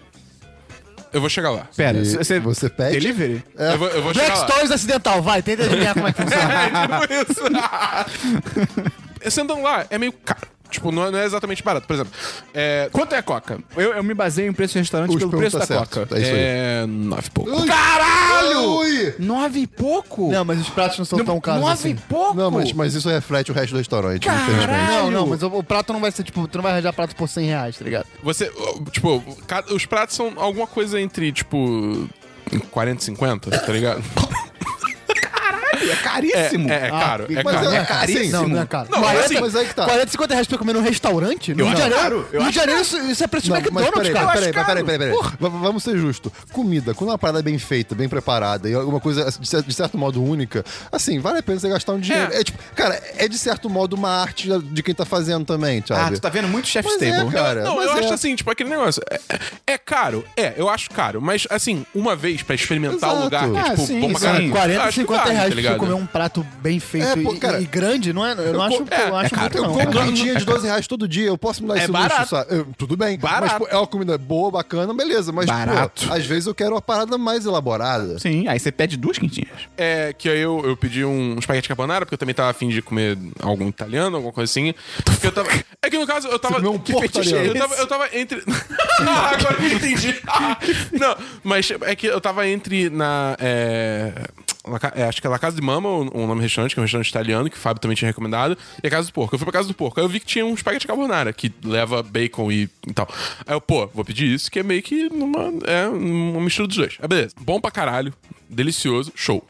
C: Eu vou chegar lá.
A: Pera,
B: E
A: você...
B: você pede?
A: Delivery?
C: Eu vou, eu vou
D: Black
C: chegar lá.
D: Stories acidental, vai, tenta adivinhar como é que funciona.
C: É, tipo isso. Sentando lá, é meio caro. Tipo, não é, não é exatamente barato. Por exemplo, é, quanto é a coca?
A: Eu, eu me baseio em preço de restaurante
B: Os
A: pelo preço da
B: perguntas certas.
A: coca.
B: É isso aí.
C: É. Nove e pouco.
B: Caralho! Ui!
A: Nove e
B: Tipo,
A: pouco?
D: Não, mas os pratos não são
A: Não,
D: tão caros
A: Nove
D: assim.
A: e pouco?
B: Não, mas, mas isso reflete o resto do restaurante,
A: Caralho!
B: infelizmente.
D: Não, não, mas o, o prato não vai ser, tipo, tu não vai arranjar prato por 100 reais, tá ligado?
C: Você. Tipo, ca- os pratos são alguma coisa entre, tipo. 40 e 50, tá ligado?
A: É caríssimo.
C: É, é caro. é
B: mas
C: caro.
B: é
C: É caro.
B: caríssimo.
D: Não, não é caro.
C: Não, mas
D: 40,
C: assim-
B: Mas aí que tá.
D: 40, 50 reais pra comer num restaurante? No Rio de
B: acho
D: Janeiro, Rio de Janeiro isso, isso é preço de
B: Não, mas
D: McDonald's,
B: peraí,
D: cara.
B: peraí, peraí, peraí, peraí, peraí. V- Vamos ser justos. Comida, quando é uma parada é bem feita, bem preparada e alguma coisa de cer- de certo modo única, assim, vale a pena você gastar um dinheiro.
C: É.
B: É tipo, cara, é de certo modo uma arte de quem tá fazendo também,
A: Ah,
B: sabe?
A: tu tá vendo muito chef
B: Mas é,
A: table.
B: cara.
C: Não,
B: mas
C: eu
B: é.
C: acho assim, tipo, aquele negócio. É, é caro? É, eu acho caro. Mas, assim, uma vez pra experimentar
B: Exato.
C: o lugar, que,
A: Ah,
C: tipo,
A: sim,
C: bom pra
A: sim.
B: Hum.
C: caralho. eu
D: 40,
C: acho que
D: 50
C: vale,
D: reais
C: tá
D: pra você
C: ligado?
D: comer um prato bem feito
B: É, pô,
D: e-
B: cara,
D: e, grande, não é? Eu não
B: eu
D: acho,
B: co-
D: eu não
C: é,
D: acho
B: Cara, eu
D: muito,
B: compro
D: não.
B: uma quentinha de 12 reais todo dia, eu posso me dar
C: É
B: esse luxo,
C: barato.
B: sabe? Eu- tudo bem. Mas
C: Barato.
B: pô, é uma comida boa, bacana, beleza. Mas,
A: Barato.
B: pô, às vezes eu quero uma parada mais elaborada.
A: Sim, aí você pede duas quintinhas.
C: É, que aí eu, eu pedi um espaguete carbonara, porque eu também tava afim de comer algum italiano, alguma coisa assim. Porque eu tava... É que no caso, eu tava...
B: comeu um
C: Que
B: porco
C: fetiche é
B: italiano?
C: esse? eu, tava, eu tava entre... Ah, Agora que eu entendi. Ah, Não, mas é que eu tava entre na... é, La Ca- é, acho que é La Casa de Mama, o o nome do restaurante, que é um restaurante italiano, que o Fábio também tinha recomendado, e a Casa do Porco. Eu fui pra Casa do Porco. Aí eu vi que tinha um espaguete carbonara, que leva bacon e, e tal. Aí eu, pô, vou pedir isso, que é meio que uma, é uma mistura dos dois. Aí beleza, bom pra caralho, delicioso, show.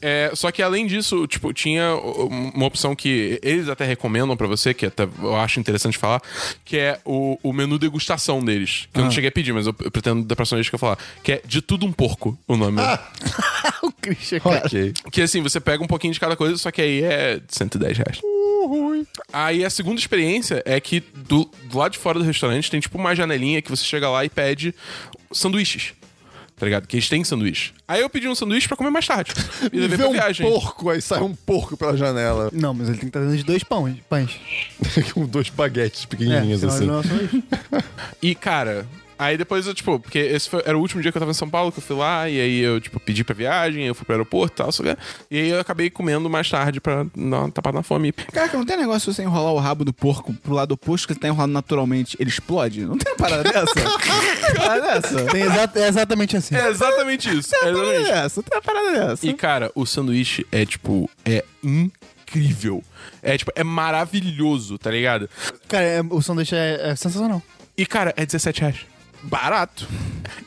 C: É, só que além disso, tipo, tinha um- uma opção que eles até recomendam pra você, que até eu acho interessante falar, que é o, o menu degustação deles. Que eu não cheguei a pedir, mas eu, eu pretendo da próxima vez que eu falar. Que é De Tudo Um Porco, o nome.
D: o Christian, cara.
B: Ok.
C: Que assim, você pega um pouquinho de cada coisa, só que aí é 110 reais.
B: Uh,
C: Aí a segunda experiência é que do, do lado de fora do restaurante tem tipo uma janelinha que você chega lá e pede sanduíches. Tá ligado? Que eles têm sanduíche. Aí eu pedi um sanduíche pra comer mais tarde. E
B: E
C: levei
B: vê
C: pra
B: um
C: viagem.
B: porco, aí sai um porco pela janela.
D: Não, mas ele tem que estar dentro de dois pães. pães.
B: com dois baguetes
D: É,
B: pequenininhos,
D: senão ele
B: assim.
D: não é só isso.
C: E, cara, aí depois eu, tipo, porque esse foi- era o último dia que eu tava em São Paulo, que eu fui lá, e aí eu, tipo, pedi pra viagem, eu fui pro aeroporto e tal, só que- e aí eu acabei comendo mais tarde pra dar uma tapada na fome.
A: Caraca, não tem negócio de você enrolar o rabo do porco pro lado oposto que ele tá enrolado naturalmente, ele explode? Não tem uma parada dessa? Tem uma parada dessa?
D: Tem exa- é exatamente assim.
C: É exatamente isso. É
A: Tem uma parada
C: exatamente.
A: dessa? Tem uma parada dessa? É,
C: E, cara, o sanduíche é, tipo, é incrível. É, tipo, é maravilhoso, tá ligado?
D: Cara, é- o sanduíche é, é sensacional.
C: E, cara, é 17 reais. Barato.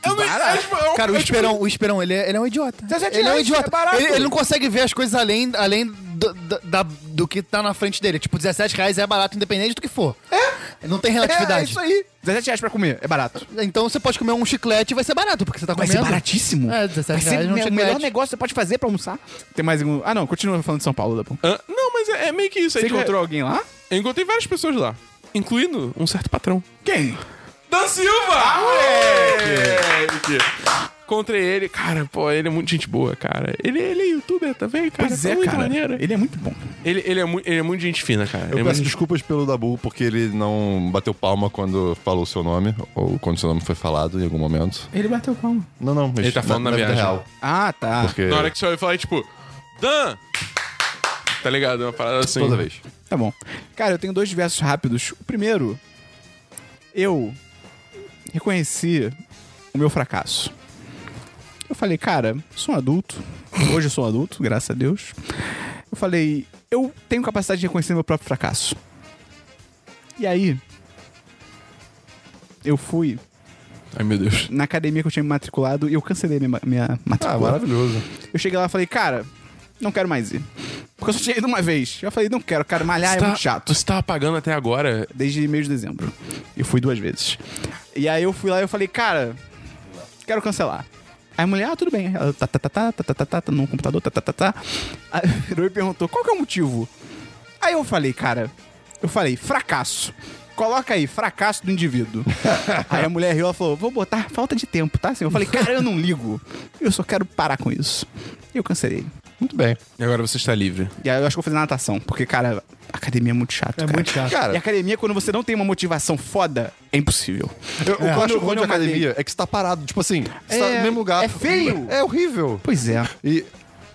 C: É um
A: Barato.
D: Cara,
A: é tipo
D: o Esperão, o Esperão, ele é, ele é um idiota.
A: 17
D: Ele é um
A: reais,
D: idiota.
A: é barato.
D: ele, ele não consegue ver as coisas além, além do, do- da- do que tá na frente dele. Tipo, 17 reais é barato, independente do que for. É? Não tem
A: é, é
D: relatividade.
A: isso aí. 17 reais pra comer, é barato.
D: Então você pode comer um chiclete e vai ser barato, porque você tá
A: Vai
D: comendo.
A: ser baratíssimo.
D: É, 17
A: Vai ser
D: reais
A: o
D: num
A: me- o melhor
D: chiclete.
A: negócio que você pode fazer pra almoçar. Tem mais algum... Ah, não, continua falando de São Paulo, Dapão.
C: Hã? Não, mas é, é meio que isso. aí
A: Você
C: de-
A: encontrou alguém lá?
C: Eu encontrei várias pessoas lá. Incluindo um certo patrão.
A: Quem?
C: Dan Silva! Ah, moleque! Encontrei ele. Cara, pô, ele é muito gente boa, cara. Ele, ele é youtuber também, cara.
A: Pois
C: Tá
A: é,
C: muito
A: cara.
C: maneiro. Ele,
A: Ele é muito bom.
C: ele, é muito, ele é muito gente fina, cara. Ele é
B: Eu peço
C: muito
B: desculpas pelo Dabu, porque ele não bateu palma quando falou o seu nome, ou quando seu nome foi falado em algum momento.
A: Ele bateu palma.
B: Não, não, mas
C: Ele tá falando na
B: vida
C: viagem.
B: real.
A: Ah, tá.
B: Porque
C: Na hora que você olha e fala, tipo, Dan! Tá ligado? Uma parada assim.
B: toda vez.
A: Tá bom. Cara, eu tenho dois versos rápidos. O primeiro, eu reconheci o meu fracasso. Eu falei, cara, sou um adulto. Hoje eu sou um adulto, graças a Deus. Eu falei, eu tenho capacidade de reconhecer meu próprio fracasso. E aí, eu fui
C: Ai, meu Deus.
A: na academia que eu tinha me matriculado e eu cancelei minha, ma- minha
B: Ah,
A: matrícula.
B: maravilhoso.
A: Eu cheguei lá e falei, cara, não quero mais ir. Porque eu só tinha ido uma vez. Eu falei, não quero, cara, malhar é muito chato.
C: Você tava pagando até agora.
A: Desde meio de dezembro. Eu fui duas vezes. E aí eu fui lá e eu falei, cara, quero cancelar. Aí a mulher, ah, tudo bem. Ela, tá, tá, tá, tá, tá, tá, tá, tá, tá, no computador, tá, tá, tá, tá. Aí virou e perguntou, qual que é o motivo? Aí eu falei, cara, eu falei, fracasso. Coloca aí, fracasso do indivíduo. aí a mulher riu, ela falou, vou botar falta de tempo, tá, senhor? Eu falei, cara, eu não ligo. Eu só quero parar com isso. E eu cancelei.
B: Muito bem.
C: E agora você está livre.
A: E aí eu acho que eu vou fazer natação, porque, cara, academia é muito chato,
D: É
A: cara.
D: muito chato.
A: E academia, quando você não tem uma motivação foda, é impossível.
B: Eu, o que eu
A: Quando-
B: acho ruim
A: quando
B: de
A: eu malhei-
B: academia é que você tá parado. Tipo assim, você tá
A: É-
B: no mesmo lugar.
A: é feio.
B: É horrível.
A: Pois é.
B: E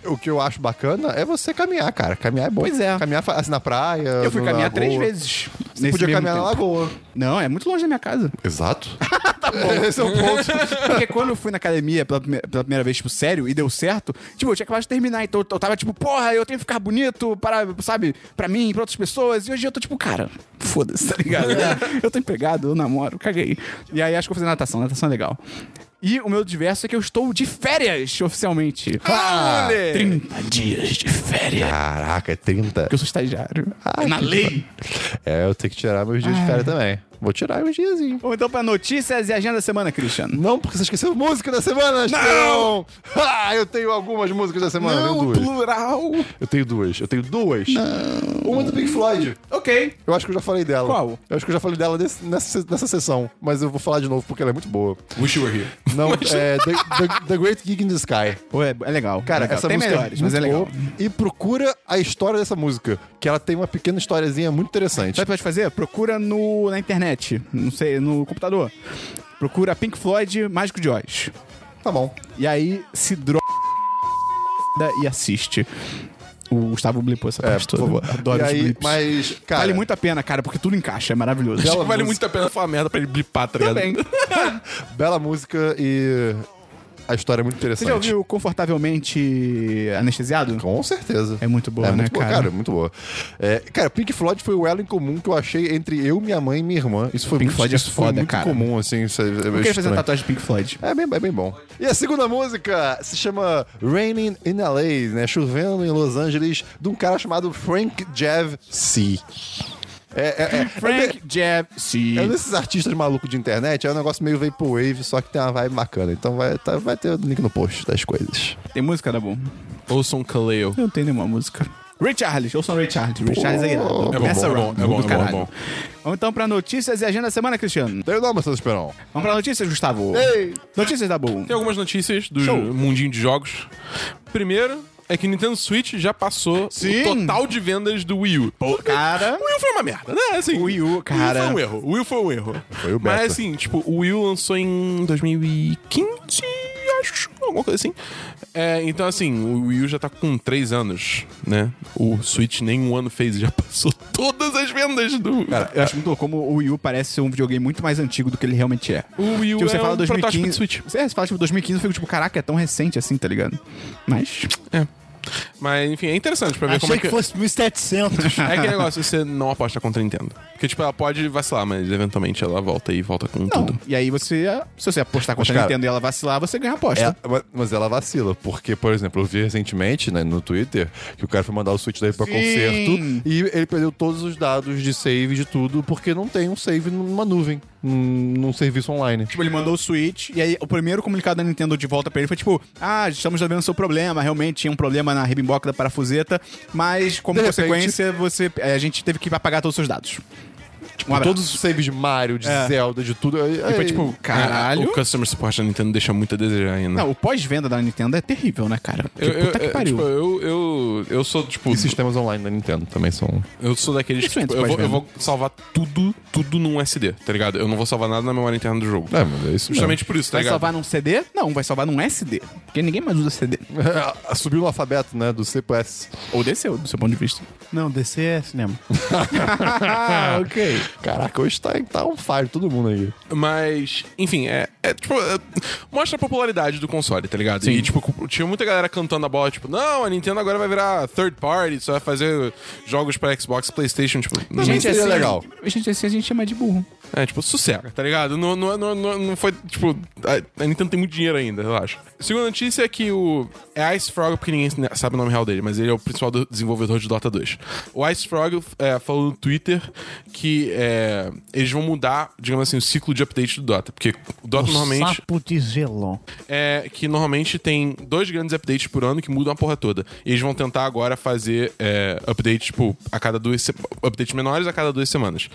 B: o que eu acho bacana é você caminhar, cara. Caminhar é bom.
A: Pois é.
B: Caminhar fa- assim, na praia.
A: Eu fui
B: na
A: caminhar três
B: rua.
A: vezes.
B: Você podia
A: mesmo
B: caminhar na
A: tempo.
B: lagoa.
A: Não, é muito longe da minha casa.
B: Exato. tá bom. Esse é o ponto.
A: um Porque quando eu fui na academia pela, prime- pela primeira vez, tipo, sério, e deu certo, tipo, eu tinha acabado de terminar. Então eu, eu tava tipo, porra, eu tenho que ficar bonito para, sabe, pra mim, pra outras pessoas. E hoje eu tô tipo, cara, foda-se, tá ligado? eu tô empregado, eu namoro, caguei. E aí acho que eu vou fazer natação, natação é legal. E o meu diverso é que eu estou de férias, oficialmente.
B: Ah,
A: 30 dias de férias.
B: Caraca, é 30.
A: Porque eu sou estagiário.
B: Ah,
A: Ah. É na
B: que
A: lei.
B: É, eu tenho que tirar meus dias de férias
A: Ah.
B: também. Vou tirar meus diazinhos.
A: Ou então pra notícias e agenda da semana, Christian.
B: Não, porque você esqueceu música da semana, Não! Ah, eu tenho algumas músicas da semana. eu tenho duas.
A: plural.
B: Eu tenho duas. Eu tenho duas. Uma é do Pink Floyd.
A: Ok.
B: Eu acho que eu já falei dela.
A: Qual?
B: Eu acho que eu já falei dela nesse- nessa, nessa sessão. Mas eu vou falar de novo porque ela é muito boa.
C: Wish You Were Here.
B: Não, é The, The- The Great Gig in the Sky.
A: Ué, é legal. Cara,
B: Legal.
A: essa tem
B: música
A: melhores, mas é
B: muito
A: legal.
B: boa. E procura a história dessa música, que ela tem uma pequena historiazinha muito interessante.
A: Sabe o que pode fazer? Procura no, na internet, não sei, no computador. Procura Pink Floyd Mágico de Oz.
B: Tá bom.
A: E aí se droga e assiste. O Gustavo blipou essa
B: É,
A: parte
B: por
A: toda.
B: favor.
A: Adoro
B: e
A: os
B: aí,
A: blips.
B: mas, cara...
A: Vale muito a pena, cara, porque tudo encaixa, é maravilhoso.
B: Bela
C: Vale
B: música.
C: muito a pena falar merda pra ele blipar, tá ligado?
A: Também.
B: Bela música e a história é muito
A: Você
B: interessante.
A: já ouviu Confortavelmente Anestesiado?
B: Com certeza.
A: É muito boa,
B: é
A: né,
B: muito boa,
A: cara?
B: cara? é muito boa. É, cara, Pink Floyd foi o elo em comum que eu achei entre eu, minha mãe e minha irmã. Isso foi
A: Pink
B: muito,
A: Floyd é
B: isso foi
A: foda,
B: muito
A: cara.
B: comum, assim. Isso é, é
A: Eu queria fazer
B: estranho.
A: uma tatuagem de Pink Floyd.
B: É bem, é bem bom. E a segunda música se chama Raining in LA, né? Chovendo em Los Angeles, de um cara chamado Frank Jav C. É, é, é.
A: Frank Jeb C.
B: É um desses artistas malucos de internet, é um negócio meio vaporwave, só que tem uma vibe bacana. Então vai, tá- vai ter o link no post das coisas.
A: Tem música, Dabu?
C: Ouçam Kaleo.
A: Eu não tenho nenhuma música. Ray Charles, ouçam Ray Charles. Ray Charles é irado.
C: É bom,
A: Mess
C: bom,
A: around,
C: é bom,
A: do
C: é bom,
A: caralho.
C: é bom.
A: Vamos então pra notícias e agenda da semana, Cristiano.
B: Tem o nome, Santos Perão.
A: Vamos pra notícias, Gustavo. Notícias da Boom.
C: Tem algumas notícias do
A: Show.
C: mundinho de jogos. Primeiro é que Nintendo Switch já passou
A: Sim.
C: o total de vendas do Wii U.
A: Cara,
C: O Will foi uma merda, né? Assim,
A: O Wii U, cara.
C: O Will foi um erro. O Will foi um erro.
B: Foi o beta.
C: Mas assim, tipo, o Will lançou em 2015, acho, alguma coisa assim. É, então, assim, o Will já tá com 3 anos, né? O Switch nem um ano fez e já passou todas as vendas do.
A: cara, eu acho muito louco como o Wii U parece ser um videogame muito mais antigo do que ele realmente é.
C: o Will
A: Tipo, você
C: é
A: fala
C: um protótipo
A: 2015.
C: de Switch.
A: Você, você fala tipo 2015, eu fico tipo, caraca, é tão recente assim, tá ligado? Mas.
C: É. Mas, enfim, é interessante pra ver como
D: Achei
C: é que.
D: que fosse 1700.
C: É aquele negócio, você não aposta contra a Nintendo. Porque, tipo, ela pode vacilar, mas eventualmente ela volta e volta com
A: Não.
C: tudo.
A: E aí você. Se você apostar contra a
B: cara-
A: Nintendo e ela vacilar, você ganha a aposta.
B: É, ma- mas ela vacila, porque, por exemplo, eu vi recentemente né, no Twitter que o cara foi mandar o Switch daí pra
A: Sim.
B: concerto e ele perdeu todos os dados de save de tudo porque não tem um save numa nuvem, num, num serviço online.
A: Tipo, ele mandou o Switch, e aí o primeiro comunicado da Nintendo de volta pra ele foi tipo: Ah, estamos resolvendo o seu problema. Realmente tinha um problema na rebimboca da parafuseta, mas como
B: De
A: consequência, você, é, a gente teve que apagar todos os seus dados. Um abraço.
B: Tipo, todos os saves de Mario, de
A: É.
B: Zelda, de tudo. Aí,
A: E foi
B: aí-
A: tipo, caralho.
C: É, O customer support da Nintendo deixa muito a desejar ainda.
A: Não, o pós-venda da Nintendo é terrível, né, cara? Porque
C: Eu, eu,
A: puta que
C: eu,
A: pariu.
C: tipo, eu, eu, eu sou, tipo,
B: E sistemas online da Nintendo também são.
C: eu sou daqueles
A: Isso
C: que, tipo,
A: entra
C: eu vou,
A: pós-venda.
C: eu vou salvar tudo, tudo num SD, tá ligado? Eu não vou salvar nada na memória interna do jogo.
B: É, mas é isso. mesmo.
C: Justamente por isso, tá
A: vai
C: ligado?
A: salvar num CD? Não, vai salvar num SD. Porque ninguém mais usa CD.
B: Ah, Subiu no alfabeto, né? Do CPS.
A: Ou desceu, do seu ponto de vista.
D: Não, DC é cinema.
A: Ah, ok.
B: Caraca, hoje tá, tá on fire todo mundo aí.
C: Mas, enfim, é, é, tipo, é, mostra a popularidade do console, tá ligado? E, tipo, cu- tinha muita galera cantando a bola, tipo, não, a Nintendo agora vai virar third party, só vai fazer jogos pra Xbox, Playstation, tipo, não,
B: Gente, seria
A: assim,
B: legal.
A: Gente, assim a gente chama de burro.
C: é, tipo, sossega, tá ligado? Não, não, não, não, não foi, tipo, a, a Nintendo tem muito dinheiro ainda, relaxa. Segunda notícia é que o, é Ice Frog, porque ninguém sabe o nome real dele, mas ele é o principal do- desenvolvedor de Dota 2. O Ice Frog é, falou no Twitter que é, eles vão mudar, digamos assim, o ciclo de update do Dota, porque o Dota normalmente
D: Sapo de gelon.
C: é que normalmente tem dois grandes updates por ano que mudam a porra toda. E eles vão tentar agora fazer é, updates, tipo, a cada duas se- updates menores a cada duas semanas.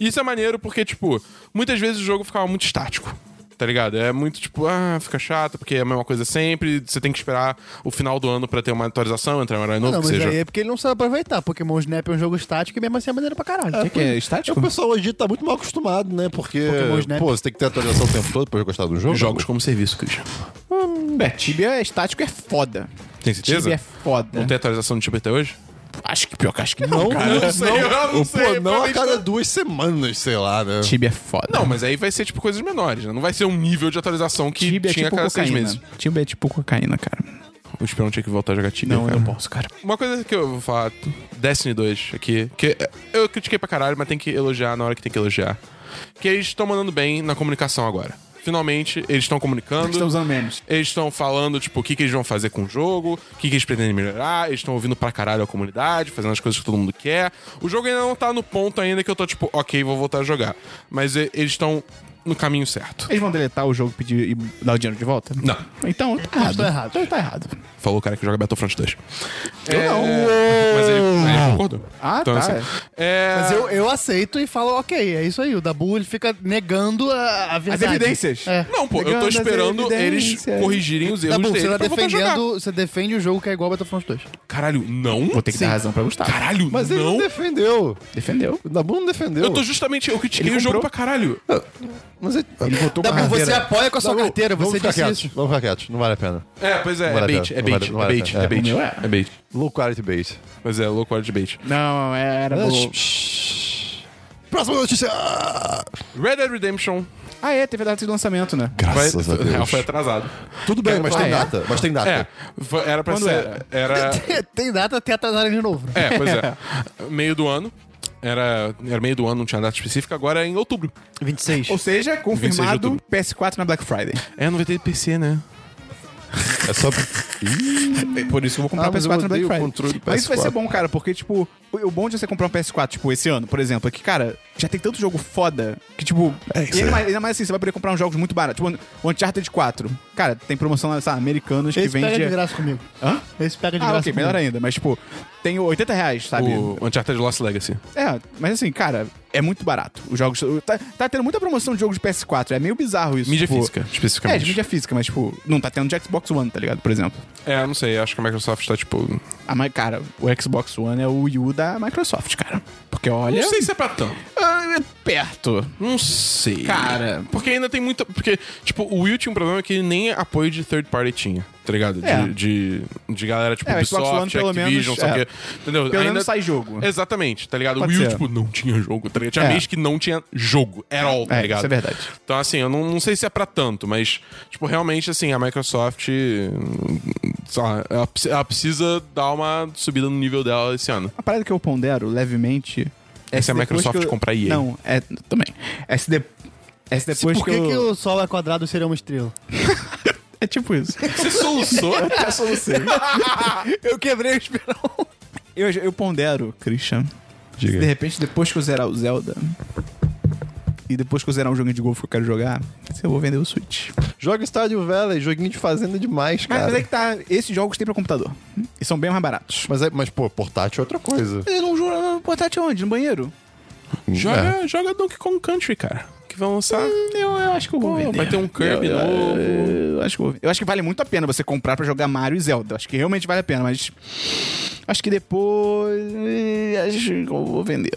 C: E isso é maneiro porque, tipo, muitas vezes o jogo ficava muito estático. Tá ligado? É muito tipo, ah, fica chato, porque é a mesma coisa sempre. Você tem que esperar o final do ano pra ter uma atualização, entrar um herói novo,
D: Não,
C: que
D: mas
C: seja.
D: aí é porque ele não sabe aproveitar. Pokémon Snap é um jogo estático e mesmo assim é maneiro pra caralho.
A: O que, que é? Estático?
B: O pessoal hoje tá muito mal acostumado, né? Porque.
D: Pokémon Snap.
B: Pô, você tem que ter atualização o tempo todo pra gostar do jogo.
C: Jogos como serviço, Christian.
A: É, Tibia estático é foda.
C: Tem certeza?
A: Tibia é foda.
C: Não tem atualização do Tibia até hoje?
A: Acho que pior que acho que não. né?
B: Não,
A: cara.
B: não,
C: sei, eu não
B: Pô,
C: sei,
B: não a
C: provavelmente
B: cada
C: não.
B: duas semanas, sei lá, né?
A: Tibia é foda.
C: Não, mas aí vai ser tipo coisas menores, né? Não vai ser um nível de atualização que
A: Tibia é
C: tinha
A: tipo
C: a cada
A: cocaína.
C: seis meses.
A: Tibia é tipo cocaína, cara.
C: O Esperão tinha que voltar a jogar Tibia,
A: Não, eu
C: cara.
A: não posso, cara.
C: Uma coisa que eu vou falar, Destiny 2 aqui, que eu critiquei pra caralho, mas tem que elogiar na hora que tem que elogiar. Que eles estão mandando bem na comunicação agora. Finalmente, eles estão comunicando.
A: Estão usando memes.
C: Eles estão falando, tipo, o que, que eles vão fazer com o jogo, o que, que eles pretendem melhorar, eles estão ouvindo pra caralho a comunidade, fazendo as coisas que todo mundo quer. O jogo ainda não tá no ponto ainda que eu tô, tipo, ok, vou voltar a jogar. Mas e- eles estão no caminho certo.
A: Eles vão deletar o jogo pedir e dar o dinheiro de volta?
C: Não.
A: Então tá errado.
D: tá errado.
A: Então tá errado.
C: Falou o cara que joga Battlefront 2. Eu não. Mas ele, ele concordou. Então,
A: Ah, tá.
C: é...
D: Mas eu, eu aceito e falo, ok, é isso aí. O Dabu ele fica negando a, a
A: As
D: verdade.
A: evidências.
D: É.
C: Não, pô, eu
A: Pegando
C: tô
A: as
C: esperando eles
A: evidências.
C: corrigirem os erros
D: Dabu,
C: deles
D: você tá
C: pra voltar a jogar.
D: defendendo. Você defende o jogo que é igual ao Battlefront 2.
C: Caralho, não?
A: Vou ter que dar razão pra Gustavo.
C: Caralho,
B: Mas ele não,
C: não?
B: defendeu.
A: Defendeu.
B: O Dabu não defendeu.
C: Eu tô justamente... Eu critiquei
A: Ele
C: o jogo pra
A: comprou.
C: caralho.
B: Mas Ah, ele...
A: botou
D: Dabu, você apoia com a sua
B: Dabu,
D: carteira,
B: vamos
D: você
B: ficar
D: disse
B: quietos,
D: isso.
B: Vamos ficar quietos, não vale a pena.
C: É, pois é,
B: Não
C: é
B: vale a
C: bait,
B: pena,
C: é
B: não
C: bait,
B: vale- não vale
C: é
B: a
C: bait,
B: pena.
C: é
B: É.
A: O
C: bait.
A: meu é.
C: É bait.
B: Low quality bait.
C: Mas é, low quality bait.
A: Não, era bom.
B: Próxima notícia!
C: Red Dead Redemption
A: Ah, é, teve a data de lançamento, né?
C: vai...
B: Graças a
C: Não,
B: Deus.
C: foi atrasado.
B: Tudo bem, mas
A: Ah,
B: tem
A: é?
B: data. Mas tem data.
C: É, foi- era pra
A: Quando
C: ser... Era...
D: Tem data até atrasarem de novo.
C: É, pois é. Meio do ano. Era, era meio do ano, não tinha data específica. Agora é em outubro.
D: 26.
A: Ou seja,
C: 26 de
A: confirmado
C: outubro.
A: PS4 na Black Friday.
C: É, não vai ter PC, né?
B: É só...
A: Por isso que eu vou comprar
B: Ah,
A: um
B: mas eu
A: PS4 na Black
B: odeio o
A: Friday.
B: controle do
A: Mas isso vai
B: PS4.
A: ser bom, cara, porque, tipo, o o bom de você comprar um PS4, tipo, esse ano, por exemplo, é que, cara, já tem tanto jogo foda que, tipo.
B: É isso
A: e ainda
B: aí.
A: mais, ainda mais assim, você vai poder comprar uns jogos muito baratos. Tipo, o Uncharted 4. Cara, tem promoção, sabe, americanos que
D: Esse
A: vende.
D: pega de graça comigo.
A: Hã?
D: Esse pega de
A: Ah,
D: graça
A: ok,
D: comigo.
A: melhor ainda. Mas, tipo, tem 80 reais, sabe?
C: O Uncharted Lost Legacy.
A: É, mas assim, cara, é muito barato. Os jogos. Tá, tá tendo muita promoção de jogos de PS4. É meio bizarro isso.
C: Mídia
A: tipo-
C: física,
A: É,
C: especificamente.
A: de mídia física, mas, tipo, não tá tendo de Xbox One, tá ligado? Por exemplo.
C: É, eu não sei, acho que a Microsoft tá tipo.
A: Ah, mas, cara, o Xbox One é o Wii U da Microsoft, cara. Porque olha.
C: Não sei se é pra tanto.
A: Ah, é perto.
C: Não sei.
A: Cara.
C: Porque ainda tem muita. Porque, tipo, o Will tinha um problema que nem apoio de third party tinha, tá ligado?
A: É.
C: De, de, de galera tipo
A: É, o Xbox
C: Ubisoft,
A: One, pelo
C: Activision,
A: menos,
C: sabe
A: é.
C: o quê? Entendeu?
A: Pelo
C: ainda...
A: menos sai jogo.
C: Exatamente, tá ligado?
A: Pode
C: o Will,
A: ser.
C: tipo, não tinha jogo, tá ligado? Tinha
A: É.
C: mês que não tinha jogo, era all, tá
A: É,
C: ligado?
A: isso é verdade.
C: Então, assim, eu não, não sei se é pra tanto, mas, tipo, realmente, assim, a Microsoft. Sei lá, ela precisa- ela precisa dar uma subida no nível dela esse ano.
A: A parada que eu pondero levemente.
C: É se a
A: depois
C: Microsoft
A: que eu...
C: comprar EA.
A: Não, é. Também. É se, de... é se depois
D: Por que,
A: que, eu...
D: que o Sol é quadrado seria uma estrela?
A: É tipo isso.
C: Você soluçou?
D: Eu quebrei o esperão.
A: eu, eu pondero, Christian. Se de repente, depois que eu zerar o Zelda. E depois que eu zerar um jogo de golfe que eu quero jogar, se eu vou vender o Switch.
B: Joga Stardew Valley, joguinho de fazenda
A: Mas,
B: demais, cara.
A: mas é que tá. Esses jogos tem pra computador. E são bem mais baratos.
B: Mas, é- mas, pô, portátil é outra coisa.
A: Mas eu não juro, não portátil onde? No banheiro?
C: É.
B: É.
C: Joga, joga Donkey Kong Country, cara. Que vão lançar.
A: Eu, eu acho que eu vou vender.
C: vai ter um Kirby
A: eu, eu-
C: novo.
A: eu acho que eu, vou- eu acho que vale muito a pena você comprar pra jogar Mario e Zelda. Acho que realmente vale a pena, mas. Acho que depois. eh, Acho que eu vou vender.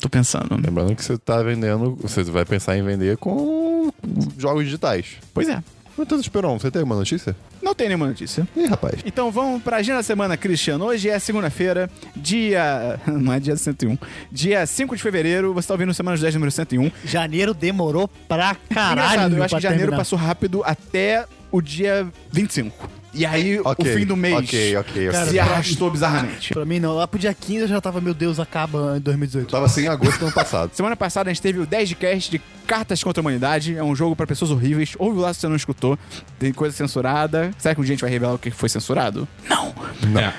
A: Tô pensando.
B: Lembrando que você tá vendendo, você vai pensar em vender com jogos digitais.
A: Pois é.
B: Então, Esperon, você tem uma notícia?
A: Não tem nenhuma notícia.
B: Ih, rapaz.
A: Então vamos pra agenda da semana, Cristiano. Hoje é segunda-feira, dia. Não é dia 101. Dia 5 de fevereiro. Você tá ouvindo Semana dos 10, número 101.
D: Janeiro demorou pra
A: Engraçado,
D: caralho.
A: eu acho
D: pra
A: que janeiro
D: terminar.
A: passou rápido até o dia 25. E aí,
B: Ok,
A: o fim do mês
B: Ok, ok, ok.
D: Cara,
A: se arrastou bizarramente.
D: Pra mim não, lá pro dia 15 eu já tava, meu Deus, acaba
A: Tá.
D: em 2018.
B: Tava assim em agosto do ano passado.
A: Semana passada a gente teve o 10 de cast de Cartas contra a Humanidade. É um jogo pra pessoas horríveis. Ouve lá se você não escutou. Tem coisa censurada. Será que um dia a gente vai revelar o que foi censurado? Não.
C: É.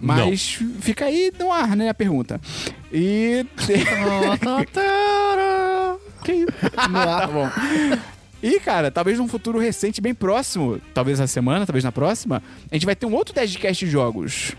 A: Mas fica aí no ar, né, a pergunta. E. que... tá bom. E, cara, talvez num futuro recente, bem próximo, talvez essa semana, talvez na próxima, a gente vai ter um outro 10 de cast de jogos.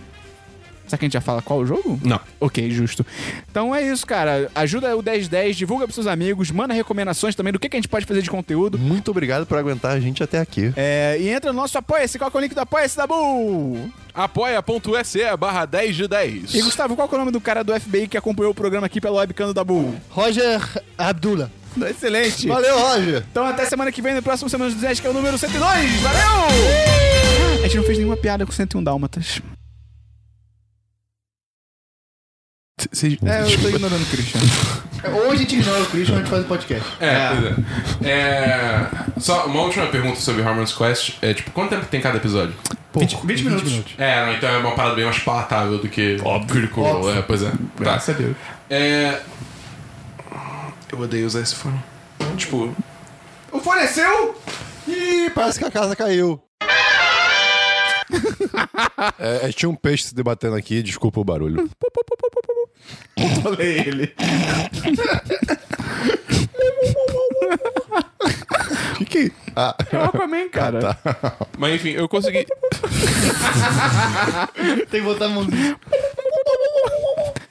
A: Será que a gente já fala qual o jogo?
C: Não.
A: Ok, justo. Então é isso, cara. Ajuda o 1010, divulga pros seus amigos, manda recomendações também do que, que a gente pode fazer de conteúdo.
B: Muito obrigado por aguentar a gente até aqui.
A: É, e entra no nosso Apoia-se. Qual que é o link do Apoia-se, Dabu?
C: Apoia.se barra 10 de 10.
A: E, Gustavo, qual que é o nome do cara do FBI que acompanhou o programa aqui pela webcam do Dabu?
D: Roger Abdullah.
A: Excelente.
B: Valeu, Roger!
A: Então até semana que vem, no próximo Semana dos 10, que é o número 102. Valeu! A gente não fez nenhuma piada com 101 dálmatas.
C: Vocês-
A: É, eu tô ignorando o Christian.
D: Ou a gente ignora o Christian ou a gente faz o podcast.
C: É, pois é. É, Só uma última pergunta sobre Harmon's Quest. É, tipo, quanto tempo tem cada episódio?
A: 20, 20 minutos.
C: É, não, então é uma parada bem mais palatável do que Óbvio. Critical Role, é, pois é. Tá.
A: Graças a Deus.
C: É... Eu odeio usar esse fone. Tipo,
A: O fone é seu?
B: Ih, parece que a casa caiu. É, é, tinha um peixe se debatendo aqui, desculpa o barulho.
A: Falei ele.
B: Que que... Ah,
A: É o Aquaman, cara.
C: mas enfim, eu consegui.
D: Tem que botar a mãozinha.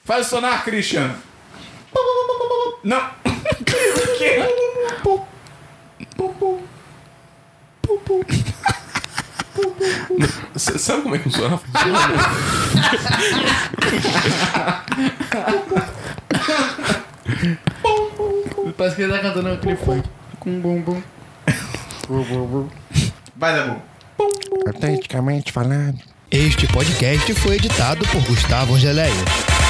A: Faz o sonar, Christian. Não. O quê?
C: S- Sabe como é que funciona?
D: Parece que ele tá cantando aquele funk. Com bum bum.
A: Vai, Dabu.
B: autenticamente falando.
G: Este podcast foi editado por Gustavo Angeléia.